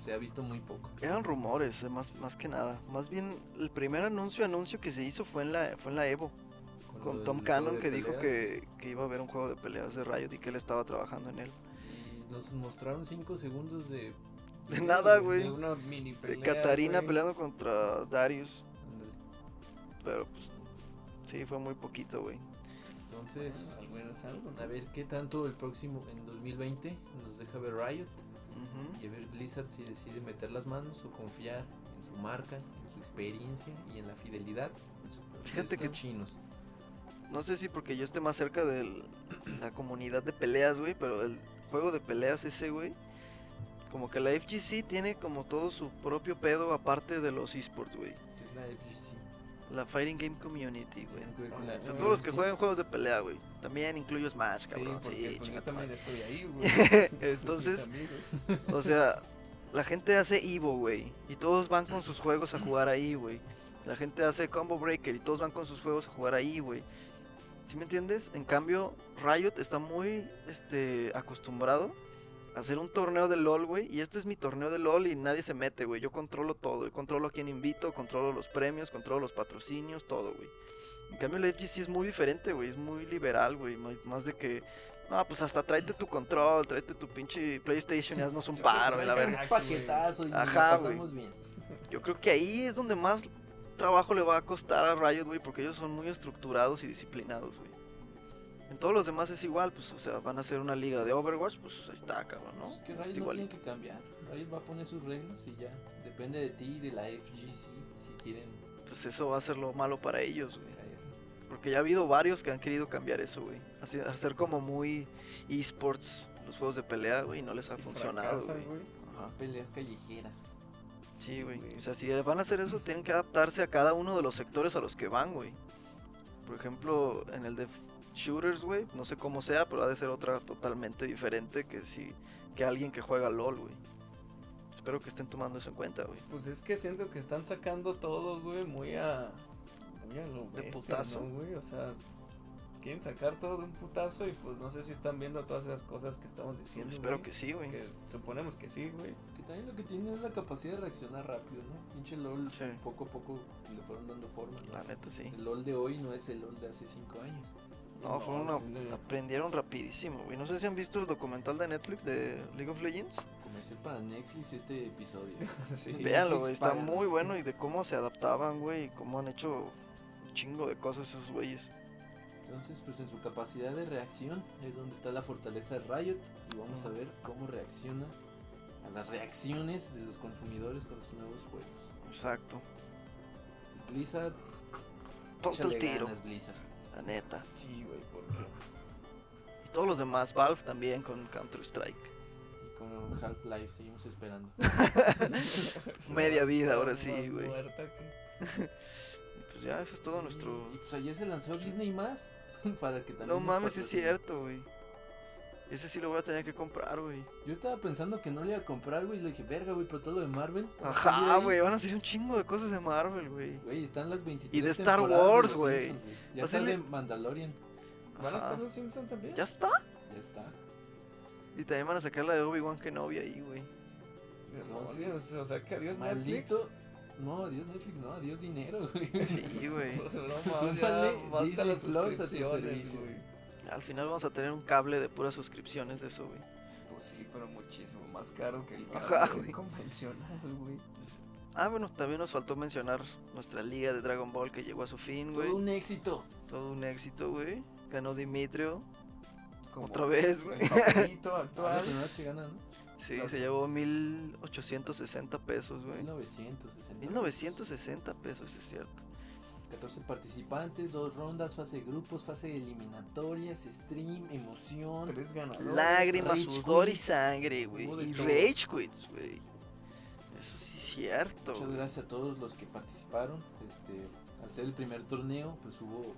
[SPEAKER 2] se ha visto muy poco.
[SPEAKER 1] Eran rumores, eh, más, más que nada. Más bien, el primer anuncio anuncio que se hizo fue en la, fue en la Evo,
[SPEAKER 2] lo
[SPEAKER 1] con
[SPEAKER 2] del
[SPEAKER 1] Tom
[SPEAKER 2] juego
[SPEAKER 1] Cannon
[SPEAKER 2] de
[SPEAKER 1] que dijo
[SPEAKER 2] peleas.
[SPEAKER 1] que, que iba a haber un juego de peleas de Riot y que él estaba trabajando en él. Eh,
[SPEAKER 2] Y nos mostraron 5 segundos de...
[SPEAKER 1] De [laughs] nada,
[SPEAKER 3] De
[SPEAKER 1] güey.
[SPEAKER 3] una mini
[SPEAKER 1] De
[SPEAKER 3] pelea.
[SPEAKER 1] Katarina
[SPEAKER 3] güey.
[SPEAKER 1] peleando contra Darius,
[SPEAKER 2] Ándale.
[SPEAKER 1] pero pues sí, fue muy poquito, güey.
[SPEAKER 2] Entonces,
[SPEAKER 3] Al menos algo, ¿no?
[SPEAKER 2] a ver qué tanto el próximo, en 2020, nos deja ver Riot.
[SPEAKER 1] Ujú.
[SPEAKER 2] Y a ver Blizzard si decide meter las manos o confiar en su marca, en su experiencia y en la fidelidad de su- de
[SPEAKER 1] Fíjate que-
[SPEAKER 2] estos chinos.
[SPEAKER 1] No sé si porque yo esté más cerca de la comunidad de peleas, güey, pero el juego de peleas ese, güey, como que la FGC tiene como todo su propio pedo aparte de los esports, güey.
[SPEAKER 2] que es la FGC.
[SPEAKER 1] La Fighting Game Community, güey.
[SPEAKER 2] Tiene que ver con la-
[SPEAKER 1] O sea,
[SPEAKER 3] Ah,
[SPEAKER 1] todos los
[SPEAKER 2] sí.
[SPEAKER 1] que juegan juegos de pelea, güey. También incluyo Smash,
[SPEAKER 3] Sí,
[SPEAKER 1] cabrón. Sí,
[SPEAKER 3] porque pues,
[SPEAKER 1] chinga
[SPEAKER 3] yo
[SPEAKER 1] tu
[SPEAKER 3] también
[SPEAKER 1] madre.
[SPEAKER 3] estoy
[SPEAKER 1] [laughs]
[SPEAKER 3] ahí, güey. Mis
[SPEAKER 1] Entonces,
[SPEAKER 3] amigos.
[SPEAKER 1] o sea, la gente hace Evo, güey. Y todos van con sus juegos a jugar ahí, güey. La gente hace Combo Breaker y todos van con sus juegos a jugar ahí, güey. ¿Sí me entiendes? En cambio, Riot está muy este, acostumbrado a hacer un torneo de LOL, güey. Y este es mi torneo de LOL y nadie se mete, güey. Yo controlo todo. Yo controlo a quién invito, controlo los premios, controlo los patrocinios, todo, güey. En cambio, la FGC es muy diferente, güey. Es muy liberal, güey. Más más de que. No, pues hasta tráete tu control, tráete tu pinche PlayStation y haznos un paro, y la verga.
[SPEAKER 2] Un paquetazo y nos la
[SPEAKER 1] Ajá,
[SPEAKER 2] pasamos bien.
[SPEAKER 1] Yo creo que ahí es donde más trabajo le va a costar a Riot, güey, porque ellos son muy estructurados y disciplinados, güey. En todos los demás es igual, pues, o sea, van a hacer una liga de Overwatch, pues ahí está, cabrón, ¿no? Pues
[SPEAKER 2] Es que
[SPEAKER 1] es
[SPEAKER 2] Riot no tiene
[SPEAKER 1] igualito.
[SPEAKER 2] que cambiar. Riot va a poner sus reglas y ya. Depende de ti y de la FGC si quieren
[SPEAKER 1] Pues eso va a ser lo malo para ellos, güey.
[SPEAKER 2] caer.
[SPEAKER 1] Porque ya ha habido varios que han querido cambiar eso, güey. Así- Hacer como muy esports los juegos de pelea, güey, y no les ha funcionado,
[SPEAKER 3] Fracasan,
[SPEAKER 1] güey. Ajá.
[SPEAKER 2] Peleas callejeras.
[SPEAKER 1] Sí, güey. O sea, si van a hacer eso, tienen que adaptarse a cada uno de los sectores a los que van, güey. Por ejemplo, en el de shooters, güey, no sé cómo sea, pero ha de ser otra totalmente diferente que si que alguien que juega LOL, güey. Espero que estén tomando eso en cuenta, güey.
[SPEAKER 3] Pues es que siento que están sacando todo, güey, muy a. Muy a lo
[SPEAKER 1] De
[SPEAKER 3] bestia,
[SPEAKER 1] putazo.
[SPEAKER 3] ¿no, güey? O sea, quieren sacar todo de un putazo y pues no sé si están viendo todas esas cosas que estamos diciendo.
[SPEAKER 1] Espero
[SPEAKER 3] güey,
[SPEAKER 1] que sí, güey.
[SPEAKER 3] que suponemos que sí, güey.
[SPEAKER 2] Que también lo que tiene es la capacidad de reaccionar rápido, ¿no? Pinche LOL
[SPEAKER 1] Sí.
[SPEAKER 2] poco a poco le fueron dando forma.
[SPEAKER 1] La neta sí.
[SPEAKER 2] El LOL de hoy no es el LOL de hace 5 años.
[SPEAKER 1] No, fueron
[SPEAKER 3] No,
[SPEAKER 1] una-
[SPEAKER 3] sí le-
[SPEAKER 1] aprendieron rapidísimo, güey. No sé si han visto el documental de Netflix de League of Legends.
[SPEAKER 2] Comercial para Netflix este episodio.
[SPEAKER 3] [laughs] Sí.
[SPEAKER 2] Ve-
[SPEAKER 1] Véanlo,
[SPEAKER 2] Netflix
[SPEAKER 1] güey, está
[SPEAKER 2] paga.
[SPEAKER 1] muy bueno y de cómo se adaptaban, güey, y cómo han hecho un chingo de cosas esos güeyes.
[SPEAKER 2] Entonces, pues en su capacidad de reacción es donde está la fortaleza de Riot y vamos a ver cómo reacciona a las reacciones de los consumidores con sus nuevos juegos.
[SPEAKER 1] Exacto.
[SPEAKER 2] Blizzard,
[SPEAKER 1] Ponte el
[SPEAKER 2] échale
[SPEAKER 1] tiro,
[SPEAKER 2] ganas, Blizzard.
[SPEAKER 1] la neta.
[SPEAKER 3] Sí, güey,
[SPEAKER 1] [laughs]
[SPEAKER 3] porque
[SPEAKER 1] Y todos los demás, Valve también con Counter Strike.
[SPEAKER 2] Y como Half-Life seguimos esperando.
[SPEAKER 1] Media vida, ahora
[SPEAKER 3] Más
[SPEAKER 1] sí, güey.
[SPEAKER 3] muerta que-
[SPEAKER 1] Y Pues ya, eso es [laughs] todo nuestro.
[SPEAKER 2] Y pues ayer se lanzó Disney más [laughs] para que también.
[SPEAKER 1] No
[SPEAKER 2] nos
[SPEAKER 1] mames, es
[SPEAKER 2] patrocine.
[SPEAKER 1] cierto, güey. Ese sí lo voy a tener que comprar, güey.
[SPEAKER 2] Yo estaba pensando que no le iba a comprar, güey. y Le dije, verga, güey, pero todo lo de Marvel. va a salir
[SPEAKER 1] Ajá,
[SPEAKER 2] ahí".
[SPEAKER 1] güey, van a salir un chingo de cosas de Marvel, güey.
[SPEAKER 2] Güey, están las 23
[SPEAKER 1] Y de Star
[SPEAKER 2] temporadas de
[SPEAKER 1] Wars,
[SPEAKER 2] Los
[SPEAKER 1] güey.
[SPEAKER 2] Simpsons, Ya
[SPEAKER 1] Va a
[SPEAKER 2] sale
[SPEAKER 1] salir-
[SPEAKER 2] Mandalorian.
[SPEAKER 3] ¿Van a
[SPEAKER 1] Ajá.
[SPEAKER 3] estar los Simpsons también?
[SPEAKER 1] Ya está.
[SPEAKER 2] Ya está.
[SPEAKER 1] Y también van a sacar la de Obi-Wan Kenobi ahí, güey.
[SPEAKER 3] Entonces, o sea, que adiós
[SPEAKER 2] Maldito. No, adiós Netflix, no, adiós dinero, güey.
[SPEAKER 1] [laughs]
[SPEAKER 2] [laughs]
[SPEAKER 1] Sí, güey.
[SPEAKER 3] Netflix. [laughs] No, mames,
[SPEAKER 2] Súmale
[SPEAKER 3] ya basta
[SPEAKER 2] Disney
[SPEAKER 3] las
[SPEAKER 2] Plus a tu
[SPEAKER 3] suscripciones,
[SPEAKER 2] servicio.
[SPEAKER 3] güey.
[SPEAKER 1] Al final vamos a tener un cable de puras suscripciones de eso, güey.
[SPEAKER 3] Pues sí, pero muchísimo más caro que el
[SPEAKER 1] Ajá,
[SPEAKER 3] cable
[SPEAKER 1] güey.
[SPEAKER 3] convencional, güey.
[SPEAKER 1] Ah, bueno, también nos faltó mencionar nuestra liga de Dragon Ball que llegó a su fin,
[SPEAKER 2] Todo
[SPEAKER 1] güey.
[SPEAKER 2] un éxito.
[SPEAKER 1] Todo un éxito, güey. Ganó Dimitrio.
[SPEAKER 3] Como
[SPEAKER 1] Otra vez, güey.
[SPEAKER 3] El favorito
[SPEAKER 2] Ahora la [laughs]
[SPEAKER 3] actual.
[SPEAKER 2] primera vez que ganan, ¿no?
[SPEAKER 1] [laughs] Sí,
[SPEAKER 3] No
[SPEAKER 1] se
[SPEAKER 3] sé.
[SPEAKER 1] llevó 1860 pesos, güey.
[SPEAKER 2] 1960.
[SPEAKER 1] 1960 pesos, es cierto.
[SPEAKER 2] 14 participantes, dos rondas, fase de grupos, fase de eliminatorias, stream, emoción.
[SPEAKER 3] Tres ganadores.
[SPEAKER 1] Lágrimas,
[SPEAKER 2] Rage
[SPEAKER 1] sudor y
[SPEAKER 2] quits.
[SPEAKER 1] sangre, güey.
[SPEAKER 2] Hubo de
[SPEAKER 1] Y
[SPEAKER 2] todo.
[SPEAKER 1] rage quits, güey. Eso sí es cierto.
[SPEAKER 2] Muchas
[SPEAKER 1] güey.
[SPEAKER 2] gracias a todos los que participaron. Este, al ser el primer torneo, pues hubo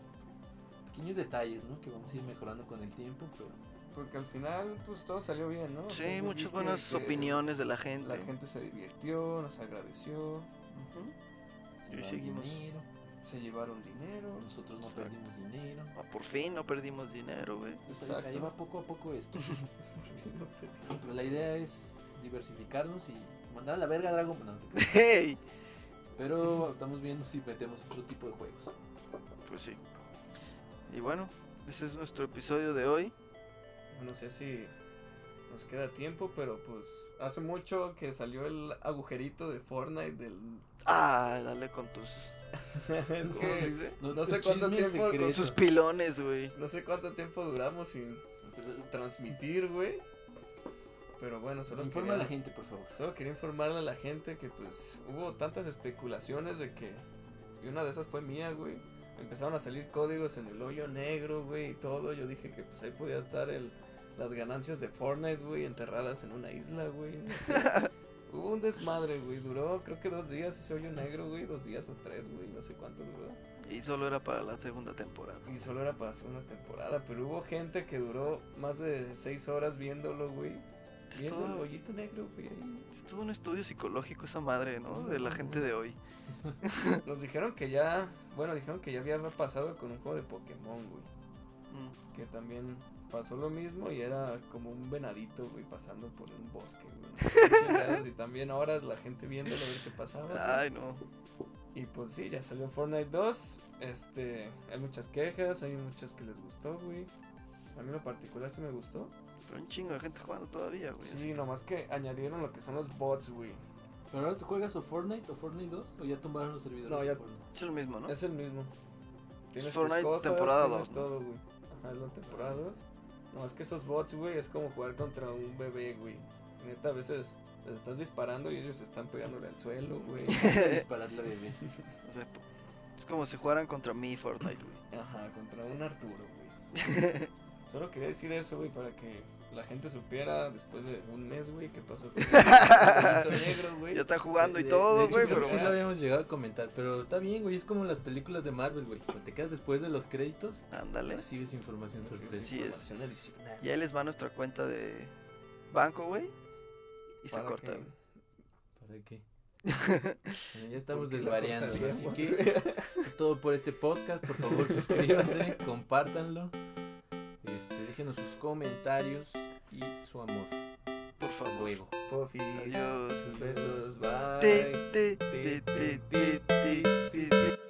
[SPEAKER 2] pequeños detalles, ¿no? Que vamos a ir mejorando con el tiempo, pero
[SPEAKER 3] Porque al final, pues todo salió bien, ¿no? O sea,
[SPEAKER 1] Sí,
[SPEAKER 3] Pues, yo vi
[SPEAKER 1] muchas
[SPEAKER 3] que-
[SPEAKER 1] buenas
[SPEAKER 3] que
[SPEAKER 1] opiniones de la gente.
[SPEAKER 3] La gente se divirtió, nos agradeció,
[SPEAKER 1] Ujú.
[SPEAKER 2] se
[SPEAKER 1] Y
[SPEAKER 2] llevaron
[SPEAKER 1] seguimos.
[SPEAKER 2] dinero,
[SPEAKER 3] se llevaron dinero.
[SPEAKER 2] nosotros no
[SPEAKER 1] Exacto.
[SPEAKER 2] perdimos dinero.
[SPEAKER 1] Ah, por fin no perdimos dinero, güey.
[SPEAKER 2] Entonces Pues ahí- ahí
[SPEAKER 3] [laughs] Exacto.
[SPEAKER 2] va poco a poco esto. Pero la idea es diversificarnos y mandar a la verga a Dragon Ball. No, te creas.
[SPEAKER 1] ¡Hey!
[SPEAKER 2] pero estamos viendo si metemos otro tipo de juegos.
[SPEAKER 1] Pues sí. Y bueno, ese es nuestro episodio de hoy.
[SPEAKER 3] No sé si nos queda tiempo, pero pues hace mucho que salió el agujerito de Fortnite del... [laughs]
[SPEAKER 1] Ah, dale con tus.
[SPEAKER 2] [laughs]
[SPEAKER 3] es
[SPEAKER 1] ¿Cómo se
[SPEAKER 3] que
[SPEAKER 1] dice?
[SPEAKER 3] no sé
[SPEAKER 2] tu
[SPEAKER 3] cuánto
[SPEAKER 2] chisme
[SPEAKER 3] tiempo-
[SPEAKER 1] Con
[SPEAKER 2] secreto.
[SPEAKER 1] sus pilones, güey.
[SPEAKER 3] no sé cuánto tiempo duramos sin
[SPEAKER 2] Pero-
[SPEAKER 3] transmitir, güey. Pero bueno, solo
[SPEAKER 2] Informa a
[SPEAKER 3] quería-
[SPEAKER 2] la gente, por favor.
[SPEAKER 3] Solo quería informarle a la gente que pues hubo tantas especulaciones de que... Y una de esas fue mía, güey. Empezaron a salir códigos en el hoyo negro, güey, y todo. Yo dije que pues ahí podía estar el, las ganancias de Fortnite, güey, enterradas en una isla, güey. [laughs] no sé. hubo un desmadre, güey. Duró creo que dos días ese hoyo negro, güey. Dos días o tres, güey. No sé cuánto duró.
[SPEAKER 1] Y solo era para la segunda temporada.
[SPEAKER 3] Y solo era para segunda temporada. Pero hubo gente que duró más de seis horas viéndolo, güey.
[SPEAKER 1] Es
[SPEAKER 3] Viendo el
[SPEAKER 1] todo,
[SPEAKER 3] hoyito negro, güey. ahí.
[SPEAKER 1] es todo un estudio psicológico esa madre, ¿no?
[SPEAKER 2] Estuvo
[SPEAKER 1] De la
[SPEAKER 2] muy
[SPEAKER 1] gente de hoy.
[SPEAKER 3] Nos dijeron que ya, bueno, dijeron que ya había pasado con un juego de Pokémon, güey.
[SPEAKER 1] Mm,
[SPEAKER 3] Que también pasó lo mismo y era como un venadito, güey, pasando por un bosque, güey. no sé qué chingados, y también horas la gente viéndolo a ver qué pasaba. güey.
[SPEAKER 1] Ay, no.
[SPEAKER 3] Y pues sí, ya salió Fortnite 2. Este, hay muchas quejas, hay muchas que les gustó, güey. A mí en lo particular sí me gustó.
[SPEAKER 1] Pero un chingo de gente jugando todavía, güey.
[SPEAKER 3] Sí, nomás que añadieron lo que son los bots, güey.
[SPEAKER 2] ¿Pero ahora tú juegas o Fortnite o Fortnite 2 o ya tumbaron los servidores
[SPEAKER 3] No,
[SPEAKER 2] de
[SPEAKER 1] [laughs]
[SPEAKER 3] ya-
[SPEAKER 2] Fortnite?
[SPEAKER 1] Es el mismo, ¿no?
[SPEAKER 3] Es el mismo. Tienes tus
[SPEAKER 1] Fortnite
[SPEAKER 3] cosas,
[SPEAKER 1] temporada
[SPEAKER 3] tienes
[SPEAKER 1] dos, ¿no?
[SPEAKER 3] todo, güey. Ajá, es la temporada 2. No, es que esos bots, güey, es como jugar contra un bebé, güey. Neta, a veces les estás disparando y ellos están pegándole al suelo,
[SPEAKER 1] [laughs]
[SPEAKER 3] güey.
[SPEAKER 2] Dispararle a bebés.
[SPEAKER 1] O sea, po- es como si jugaran contra mí Fortnite, güey.
[SPEAKER 3] Ajá, contra un Arturo, güey. Solo quería decir eso, güey, para que la gente supiera después de un mes, güey, qué pasó con el
[SPEAKER 1] [laughs]
[SPEAKER 3] Arturito negro, güey.
[SPEAKER 1] Ya están jugando y
[SPEAKER 2] De- de
[SPEAKER 1] todo,
[SPEAKER 2] hecho,
[SPEAKER 1] güey,
[SPEAKER 2] creo
[SPEAKER 1] pero
[SPEAKER 2] que Sí
[SPEAKER 3] bueno.
[SPEAKER 2] lo habíamos llegado a comentar, pero está bien, güey, es como las películas de Marvel, güey. Cuando te quedas después de los créditos,
[SPEAKER 1] ándale.
[SPEAKER 2] recibes información sorpresa.
[SPEAKER 1] Sí, es.
[SPEAKER 3] Información adicional.
[SPEAKER 1] Y ahí les va nuestra cuenta de banco, güey. Y se
[SPEAKER 3] Para
[SPEAKER 1] corta,
[SPEAKER 3] que-
[SPEAKER 1] güey.
[SPEAKER 2] ¿Para qué? Bueno, ya estamos
[SPEAKER 3] porque la
[SPEAKER 2] desvariando, ¿no? así
[SPEAKER 3] cortaríamos,
[SPEAKER 2] que
[SPEAKER 3] güey. [laughs]
[SPEAKER 2] eso es todo por este podcast. Por favor, suscríbanse, compártanlo. Este, déjenos sus comentarios y su amor.
[SPEAKER 1] Por
[SPEAKER 2] Hasta
[SPEAKER 1] favor.
[SPEAKER 2] luego.
[SPEAKER 3] Pofis.
[SPEAKER 1] Adiós.
[SPEAKER 3] Besos, bye.
[SPEAKER 1] Ti, ti, ti, ti, ti, ti, ti.